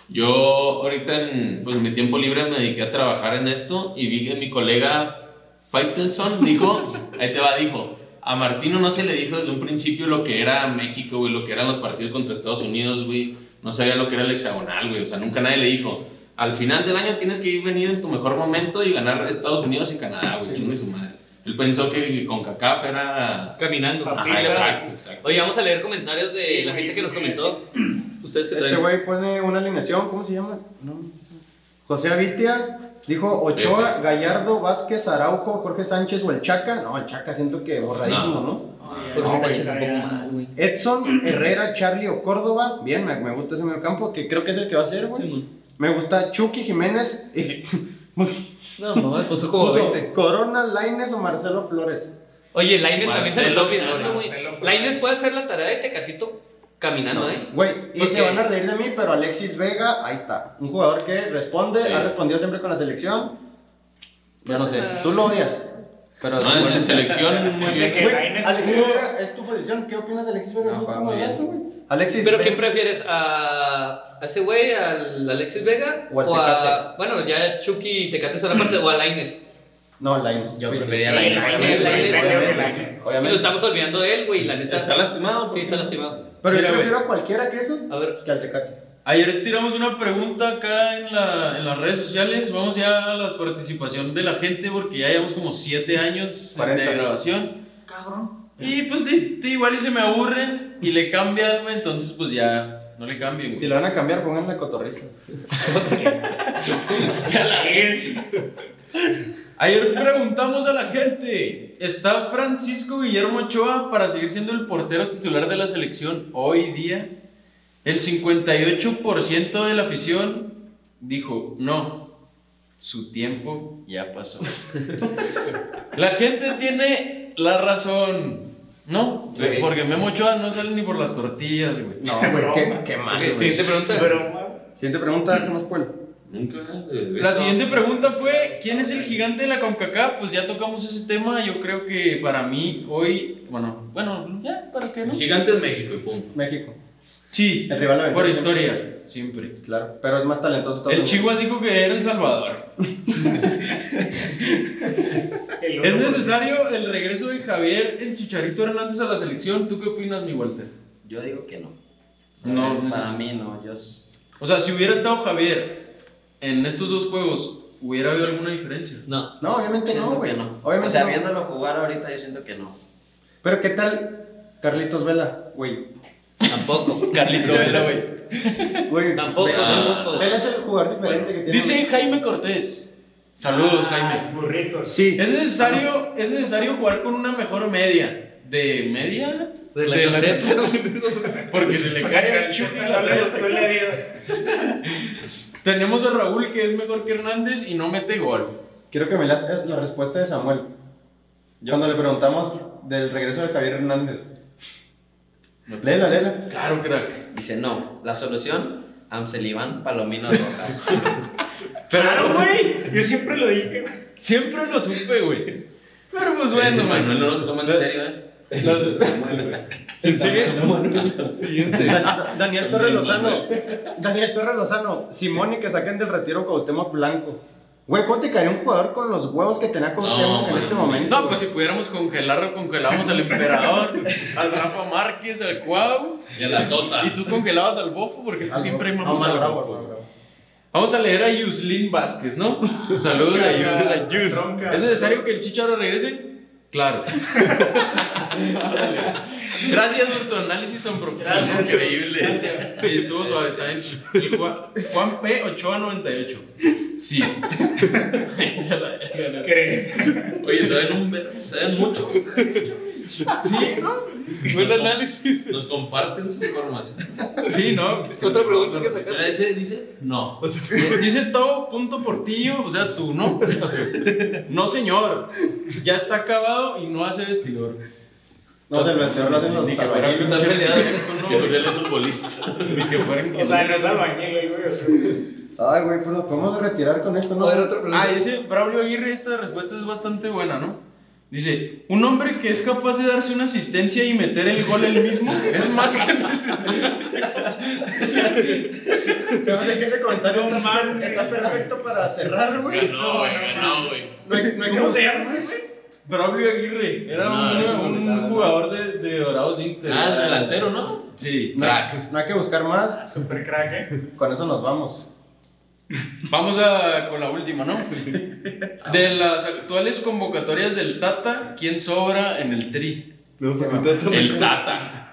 Speaker 6: Yo ahorita en, pues, en mi tiempo libre me dediqué a trabajar en esto y vi que mi colega Faitelson dijo, ahí te va, dijo, a Martino no se le dijo desde un principio lo que era México, güey, lo que eran los partidos contra Estados Unidos, güey, no sabía lo que era el hexagonal, güey, o sea, nunca nadie le dijo, al final del año tienes que ir venir en tu mejor momento y ganar Estados Unidos y Canadá, güey, chingue su madre. Él pensó que con CACAF era...
Speaker 7: Caminando.
Speaker 6: Ajá, exacto, exacto.
Speaker 7: Oye, vamos a leer comentarios de
Speaker 5: Sí,
Speaker 7: la gente
Speaker 5: sí,
Speaker 7: que nos
Speaker 5: sí,
Speaker 7: comentó. Ustedes que traen.
Speaker 4: Este güey pone una alineación, ¿cómo se llama? No, no sé. José Avitia dijo Ochoa, Gallardo, Vázquez, Araujo, Jorge Sánchez o el Chaca. No, el Chaca siento que borradísimo, ¿no?
Speaker 7: Jorge
Speaker 5: No, güey,
Speaker 7: Sánchez
Speaker 5: está
Speaker 7: tampoco
Speaker 5: bien.
Speaker 7: mal, güey.
Speaker 4: Edson, Herrera, Charlie o Córdoba. Bien, me, me gusta ese medio campo, que creo que es el que va a ser, güey. me gusta Chucky Jiménez. Y,
Speaker 7: No, mamá, puso como
Speaker 4: puso
Speaker 7: 20.
Speaker 4: Corona, Laines o Marcelo Flores.
Speaker 7: Oye, Laines también se lo
Speaker 6: Marcelo
Speaker 7: está olvidando, güey.
Speaker 5: Flores. Marcelo Flores.
Speaker 7: Laines puede hacer la tarea de Tecatito caminando, ¿eh?
Speaker 4: Güey, y
Speaker 7: ¿Por
Speaker 4: se
Speaker 7: qué?
Speaker 4: van a reír de mí, pero Alexis Vega, ahí está. Un jugador que responde,
Speaker 6: Sí.
Speaker 4: ha respondido siempre con la selección. Ya
Speaker 7: Pues,
Speaker 4: no sé,
Speaker 7: ah.
Speaker 4: tú lo odias. Pero
Speaker 6: No, en- en selección muy bien.
Speaker 5: que
Speaker 4: Güey,
Speaker 5: Lainez
Speaker 4: Alexis
Speaker 5: estuvo-
Speaker 4: Vega es tu posición. ¿Qué opinas de Alexis Vega?
Speaker 2: No,
Speaker 4: es un
Speaker 2: juega muy
Speaker 4: jugadorazo,
Speaker 2: bien.
Speaker 4: güey. Alexis
Speaker 7: ¿Pero
Speaker 4: Vega-
Speaker 7: quién prefieres? ¿A, a ese güey, al Alexis Vega?
Speaker 4: O al
Speaker 7: a.
Speaker 4: Tecate.
Speaker 7: Bueno, ya Chucky y Tecate son aparte, o a Laines.
Speaker 4: No, Laines.
Speaker 2: Yo
Speaker 4: Sí, sí,
Speaker 2: preferiría
Speaker 4: sí.
Speaker 2: a Lainez.
Speaker 5: Lainez,
Speaker 7: Lainez,
Speaker 5: Lainez,
Speaker 7: obviamente.
Speaker 5: Lainez.
Speaker 7: Nos
Speaker 4: Obviamente.
Speaker 7: estamos olvidando de él, güey, la neta.
Speaker 6: Está lastimado.
Speaker 7: Sí, está lastimado.
Speaker 4: Pero
Speaker 3: Mira,
Speaker 4: yo
Speaker 3: güey.
Speaker 4: prefiero a cualquiera que esos
Speaker 7: A ver.
Speaker 4: que al Tecate.
Speaker 3: Ayer tiramos una pregunta acá en, la- en las redes sociales. Vamos ya a la participación de la gente porque ya llevamos como 7 años
Speaker 4: 40.
Speaker 3: de grabación. Cabrón. Y pues de- de igual y se me aburren y le cambian, güey. Entonces pues ya no le cambien, güey.
Speaker 4: Si la van a cambiar, pónganle cotorriza.
Speaker 3: Ayer preguntamos a la gente, ¿está Francisco Guillermo Ochoa para seguir siendo el portero titular de la selección hoy día? El 58% de la afición dijo, no, su tiempo ya pasó. la gente tiene la razón, ¿no?
Speaker 7: Sí.
Speaker 3: Porque Memo Ochoa no sale ni por las tortillas, güey.
Speaker 4: No,
Speaker 5: Broma.
Speaker 4: güey, qué, qué mal.
Speaker 7: Ok,
Speaker 4: güey.
Speaker 7: siguiente pregunta.
Speaker 5: Broma.
Speaker 4: Siguiente pregunta, ¿qué más pueblo?
Speaker 6: Nunca.
Speaker 3: La siguiente pregunta fue, ¿quién es el gigante de la CONCACAF? Pues ya tocamos ese tema, yo creo que para mí hoy, bueno, bueno, ya, ¿para qué no?
Speaker 6: Gigante de México y punto.
Speaker 4: México.
Speaker 3: Sí,
Speaker 4: El rival a vencer
Speaker 3: por
Speaker 4: siempre.
Speaker 3: historia, siempre.
Speaker 4: Claro, pero es más talentoso. Estados
Speaker 3: El
Speaker 4: Unidos.
Speaker 3: Chihuahua dijo que era El Salvador.
Speaker 5: El
Speaker 3: ¿Es
Speaker 5: uno.
Speaker 4: pues,
Speaker 3: necesario el regreso de Javier, el Chicharito Hernández a la selección? ¿Tú qué opinas, mi Walter?
Speaker 2: Yo digo que no.
Speaker 3: No, pues, no
Speaker 2: Eh, para
Speaker 3: es-
Speaker 2: mí no. Yo s-
Speaker 3: O sea, si hubiera estado Javier en estos dos juegos, ¿hubiera habido alguna diferencia?
Speaker 7: No.
Speaker 4: No, obviamente
Speaker 2: siento
Speaker 4: no, güey.
Speaker 2: que no.
Speaker 4: Obviamente
Speaker 2: o sea,
Speaker 4: no.
Speaker 2: viéndolo jugar ahorita, yo siento que no.
Speaker 4: Pero ¿qué tal Carlitos Vela, güey?
Speaker 7: Tampoco.
Speaker 3: Carlito Vela, güey.
Speaker 4: Güey,
Speaker 7: Tampoco,
Speaker 4: Vela,
Speaker 7: tampoco.
Speaker 4: Vela es el jugador diferente que tiene. Ah,
Speaker 3: Dice Jaime Cortés, Saludos,
Speaker 5: Ay,
Speaker 3: Jaime.
Speaker 5: Burritos.
Speaker 4: Sí.
Speaker 3: Es necesario, es necesario jugar con una mejor media. ¿De media?
Speaker 7: De la
Speaker 3: cacheta. Porque se le cae el chute a la
Speaker 5: Los
Speaker 3: pelota.
Speaker 5: preledios.
Speaker 3: Tenemos a Raúl que es mejor que Hernández y no mete gol.
Speaker 4: Quiero que me leas eh, la respuesta de Samuel. Cuando le preguntamos del regreso de Javier Hernández. Léela, léela.
Speaker 3: Claro, crack.
Speaker 2: Dice, no, la solución, Amseliván Palominos Rojas.
Speaker 5: Claro, güey. Yo siempre lo dije, güey.
Speaker 3: Siempre lo supe, güey. Pero pues
Speaker 2: Ese
Speaker 3: bueno,
Speaker 2: Manuel
Speaker 3: man.
Speaker 2: no nos toma en serio, ¿eh?
Speaker 4: Los- Samuel, güey. Da- Daniel Torres Lozano. Daniel Torres Lozano. Simón y que saquen del retiro Cuauhtémoc Blanco. Güey, ¿cómo te caería un jugador con los huevos que tenía Cuauhtémoc en
Speaker 6: man.
Speaker 4: este momento?
Speaker 3: No, pues si pudiéramos congelarlo, congelamos al emperador, al Rafa Márquez, al Cuau.
Speaker 6: Y a la tota.
Speaker 3: Y tú congelabas Ah. al bofo porque tú
Speaker 4: Algo-
Speaker 3: pues, siempre
Speaker 4: Omar
Speaker 3: mamas al
Speaker 4: Bravo,
Speaker 3: bofo.
Speaker 4: Omar Bravo.
Speaker 3: Vamos a leer a Yuslin Vázquez, ¿no? Saludos a Yus.
Speaker 5: La Yus. Tronca.
Speaker 3: ¿Es necesario que el Chicharo regrese? Claro. Órale. Gracias por tu análisis tan profundo.
Speaker 6: Increíble.
Speaker 3: Sí, estuvo suave también. Y Juan, Juan P. Ochoa 98. Sí.
Speaker 5: ¿Crees?
Speaker 6: Oye, saben un verbo, saben mucho. ¿Saben mucho?
Speaker 3: Sí, ¿no? Buen análisis.
Speaker 6: Nos comparten su información.
Speaker 3: Sí, ¿no?
Speaker 7: Otra pregunta que
Speaker 6: Pero ese dice, no.
Speaker 3: Dice todo punto por ti, o sea, tú, ¿no? No, señor. Ya está acabado y no hace vestidor.
Speaker 4: No, se lo vestidor lo hacen los
Speaker 3: Ni que fuera
Speaker 4: albañiles.
Speaker 3: una pelea.
Speaker 6: Que pues él es futbolista.
Speaker 3: Ni que fueran
Speaker 5: O sea, no es albañil, el güey.
Speaker 4: Ay, güey, pues nos podemos retirar con esto, ¿no?
Speaker 7: A ver, otra pregunta.
Speaker 3: Ah, ese Braulio Aguirre, esta respuesta es bastante buena, ¿no? Dice, un hombre que es capaz de darse una asistencia y meter el gol él mismo es más que necesario.
Speaker 4: Se me hace que ese comentario
Speaker 5: No
Speaker 4: está,
Speaker 5: mames.
Speaker 4: está perfecto para cerrar, güey.
Speaker 6: Ganó, güey, ganó, güey.
Speaker 4: No hay, no hay que
Speaker 5: ¿Cómo se llama ese, güey?
Speaker 3: Braulio Aguirre, era
Speaker 6: No,
Speaker 3: un-
Speaker 6: ese
Speaker 3: un,
Speaker 7: comentaba,
Speaker 3: jugador de, de Dorados Inter.
Speaker 6: Ah, el delantero, ¿no?
Speaker 3: Sí.
Speaker 4: no hay- no hay que buscar más.
Speaker 5: Super crack, eh.
Speaker 4: Con eso nos vamos.
Speaker 3: Vamos a, con la última, ¿no? De las actuales convocatorias del Tata, ¿quién sobra en el tri?
Speaker 6: El Tata.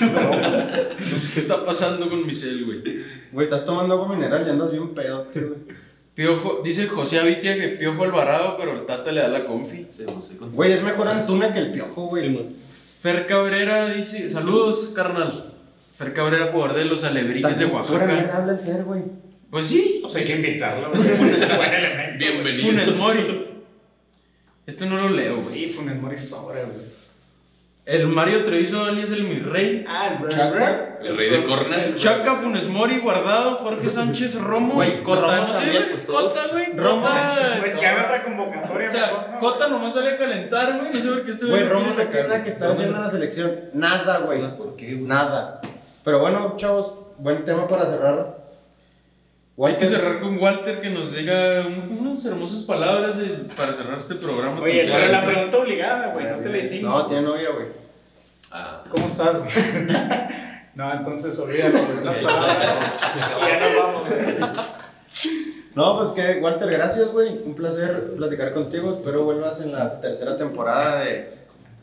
Speaker 3: No sé qué está pasando con Michel, güey.
Speaker 4: Güey, estás tomando agua mineral y andas bien pedo, güey.
Speaker 3: Piojo, dice José Avitia que Piojo Alvarado, pero el Tata le da la confi.
Speaker 6: Se no sé con-
Speaker 4: Güey, es mejor Antuna que el piojo, güey.
Speaker 3: Fer Cabrera dice, saludos, carnal. Fer Cabrera, jugador de los
Speaker 4: Tan
Speaker 3: Alebrijes de
Speaker 4: Pura mierda
Speaker 3: Oaxaca.
Speaker 4: habla el Fer, güey.
Speaker 3: Pues sí,
Speaker 5: O sea, hay que invitarlo, güey. Es un buen elemento. güey.
Speaker 3: Funes
Speaker 6: Bienvenido.
Speaker 3: Mori. Este no lo leo, güey.
Speaker 5: Sí, Funes Mori sobra, güey.
Speaker 3: El Mario Treviso alias el mi rey.
Speaker 5: Ah, el bro.
Speaker 6: El rey del corner.
Speaker 3: Chaca, Funes Mori, Guardado, Jorge Sánchez, Romo
Speaker 7: Güey,
Speaker 3: y Cota.
Speaker 7: Romo
Speaker 3: No sé,
Speaker 7: también,
Speaker 3: güey,
Speaker 7: pues, todos.
Speaker 3: Cota, güey.
Speaker 4: Romo.
Speaker 3: Cota.
Speaker 5: Pues que haga otra convocatoria,
Speaker 3: O sea,
Speaker 5: mejor, ¿no?
Speaker 3: Cota nomás sale a calentar, güey. No sé por qué este
Speaker 4: Güey,
Speaker 3: no
Speaker 4: Romo
Speaker 3: quiere
Speaker 4: se tiene nada que estar haciendo en la selección. Nada, güey.
Speaker 6: ¿Por qué, güey?
Speaker 4: Nada. Pero bueno, chavos, buen tema para cerrar.
Speaker 3: Hay que cerrar con Walter que nos diga un- unas hermosas palabras de- para cerrar este programa. tan
Speaker 5: Oye, pero
Speaker 3: claro,
Speaker 5: la
Speaker 3: güey.
Speaker 5: pregunta obligada, güey. No te la hicimos.
Speaker 4: No, tiene novia, güey.
Speaker 6: Ah.
Speaker 5: ¿Cómo estás, güey? No, entonces olvídalo, güey. Unas palabras. Y ya nos vamos, güey.
Speaker 4: No, pues que, Walter, gracias, güey. Un placer platicar contigo. Espero vuelvas en la tercera temporada de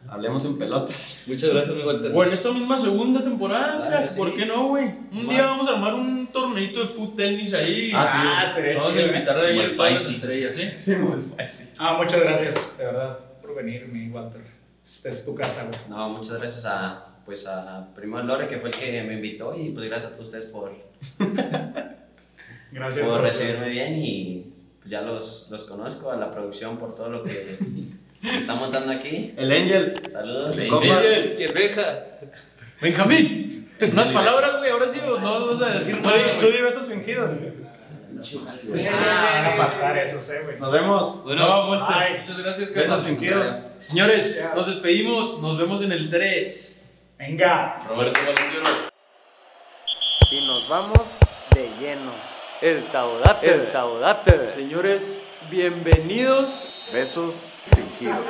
Speaker 4: Hablemos en Pelotas.
Speaker 7: Muchas gracias, mi Walter.
Speaker 3: Bueno, esta misma segunda temporada,
Speaker 7: Claro,
Speaker 3: crack,
Speaker 7: sí.
Speaker 3: ¿por qué no, güey? Un
Speaker 7: Vale.
Speaker 3: día vamos a armar un torneito de foot tenis ahí.
Speaker 4: Ah, sí.
Speaker 5: Ah, sería
Speaker 3: Vamos a
Speaker 5: chido. güey.
Speaker 3: invitar ahí
Speaker 6: Como
Speaker 3: a
Speaker 6: el
Speaker 3: todas las
Speaker 6: Faisy.
Speaker 3: estrellas, ¿eh?
Speaker 5: Ah, muchas gracias, de verdad, por venir, mi Walter. Esta es tu casa, güey.
Speaker 2: No, muchas gracias a, pues a Primo Lore, que fue el que me invitó, y pues gracias a todos ustedes por,
Speaker 5: Gracias
Speaker 2: por recibirme bien, y pues, ya los, los conozco, a la producción por todo lo que está montando aquí.
Speaker 4: El Angel.
Speaker 2: Saludos.
Speaker 4: Sí.
Speaker 7: Compa. Y el Benja.
Speaker 3: Benjamín, unas palabras, güey. Ahora sí, o no vas a decir nada.
Speaker 5: ¿Tú
Speaker 3: güey.
Speaker 5: diversos fingidos? Ah, no faltar eso, eh, güey.
Speaker 4: Nos vemos.
Speaker 3: Bueno, no, Walter,
Speaker 5: Ay.
Speaker 3: muchas gracias,
Speaker 4: Besos
Speaker 3: Carlos.
Speaker 4: fingidos.
Speaker 3: Señores, nos despedimos. Nos vemos en el 3.
Speaker 5: Venga.
Speaker 6: Roberto Valentino.
Speaker 1: Y nos vamos de lleno. El taudate. El taudate.
Speaker 3: Señores, bienvenidos.
Speaker 1: Besos fingidos.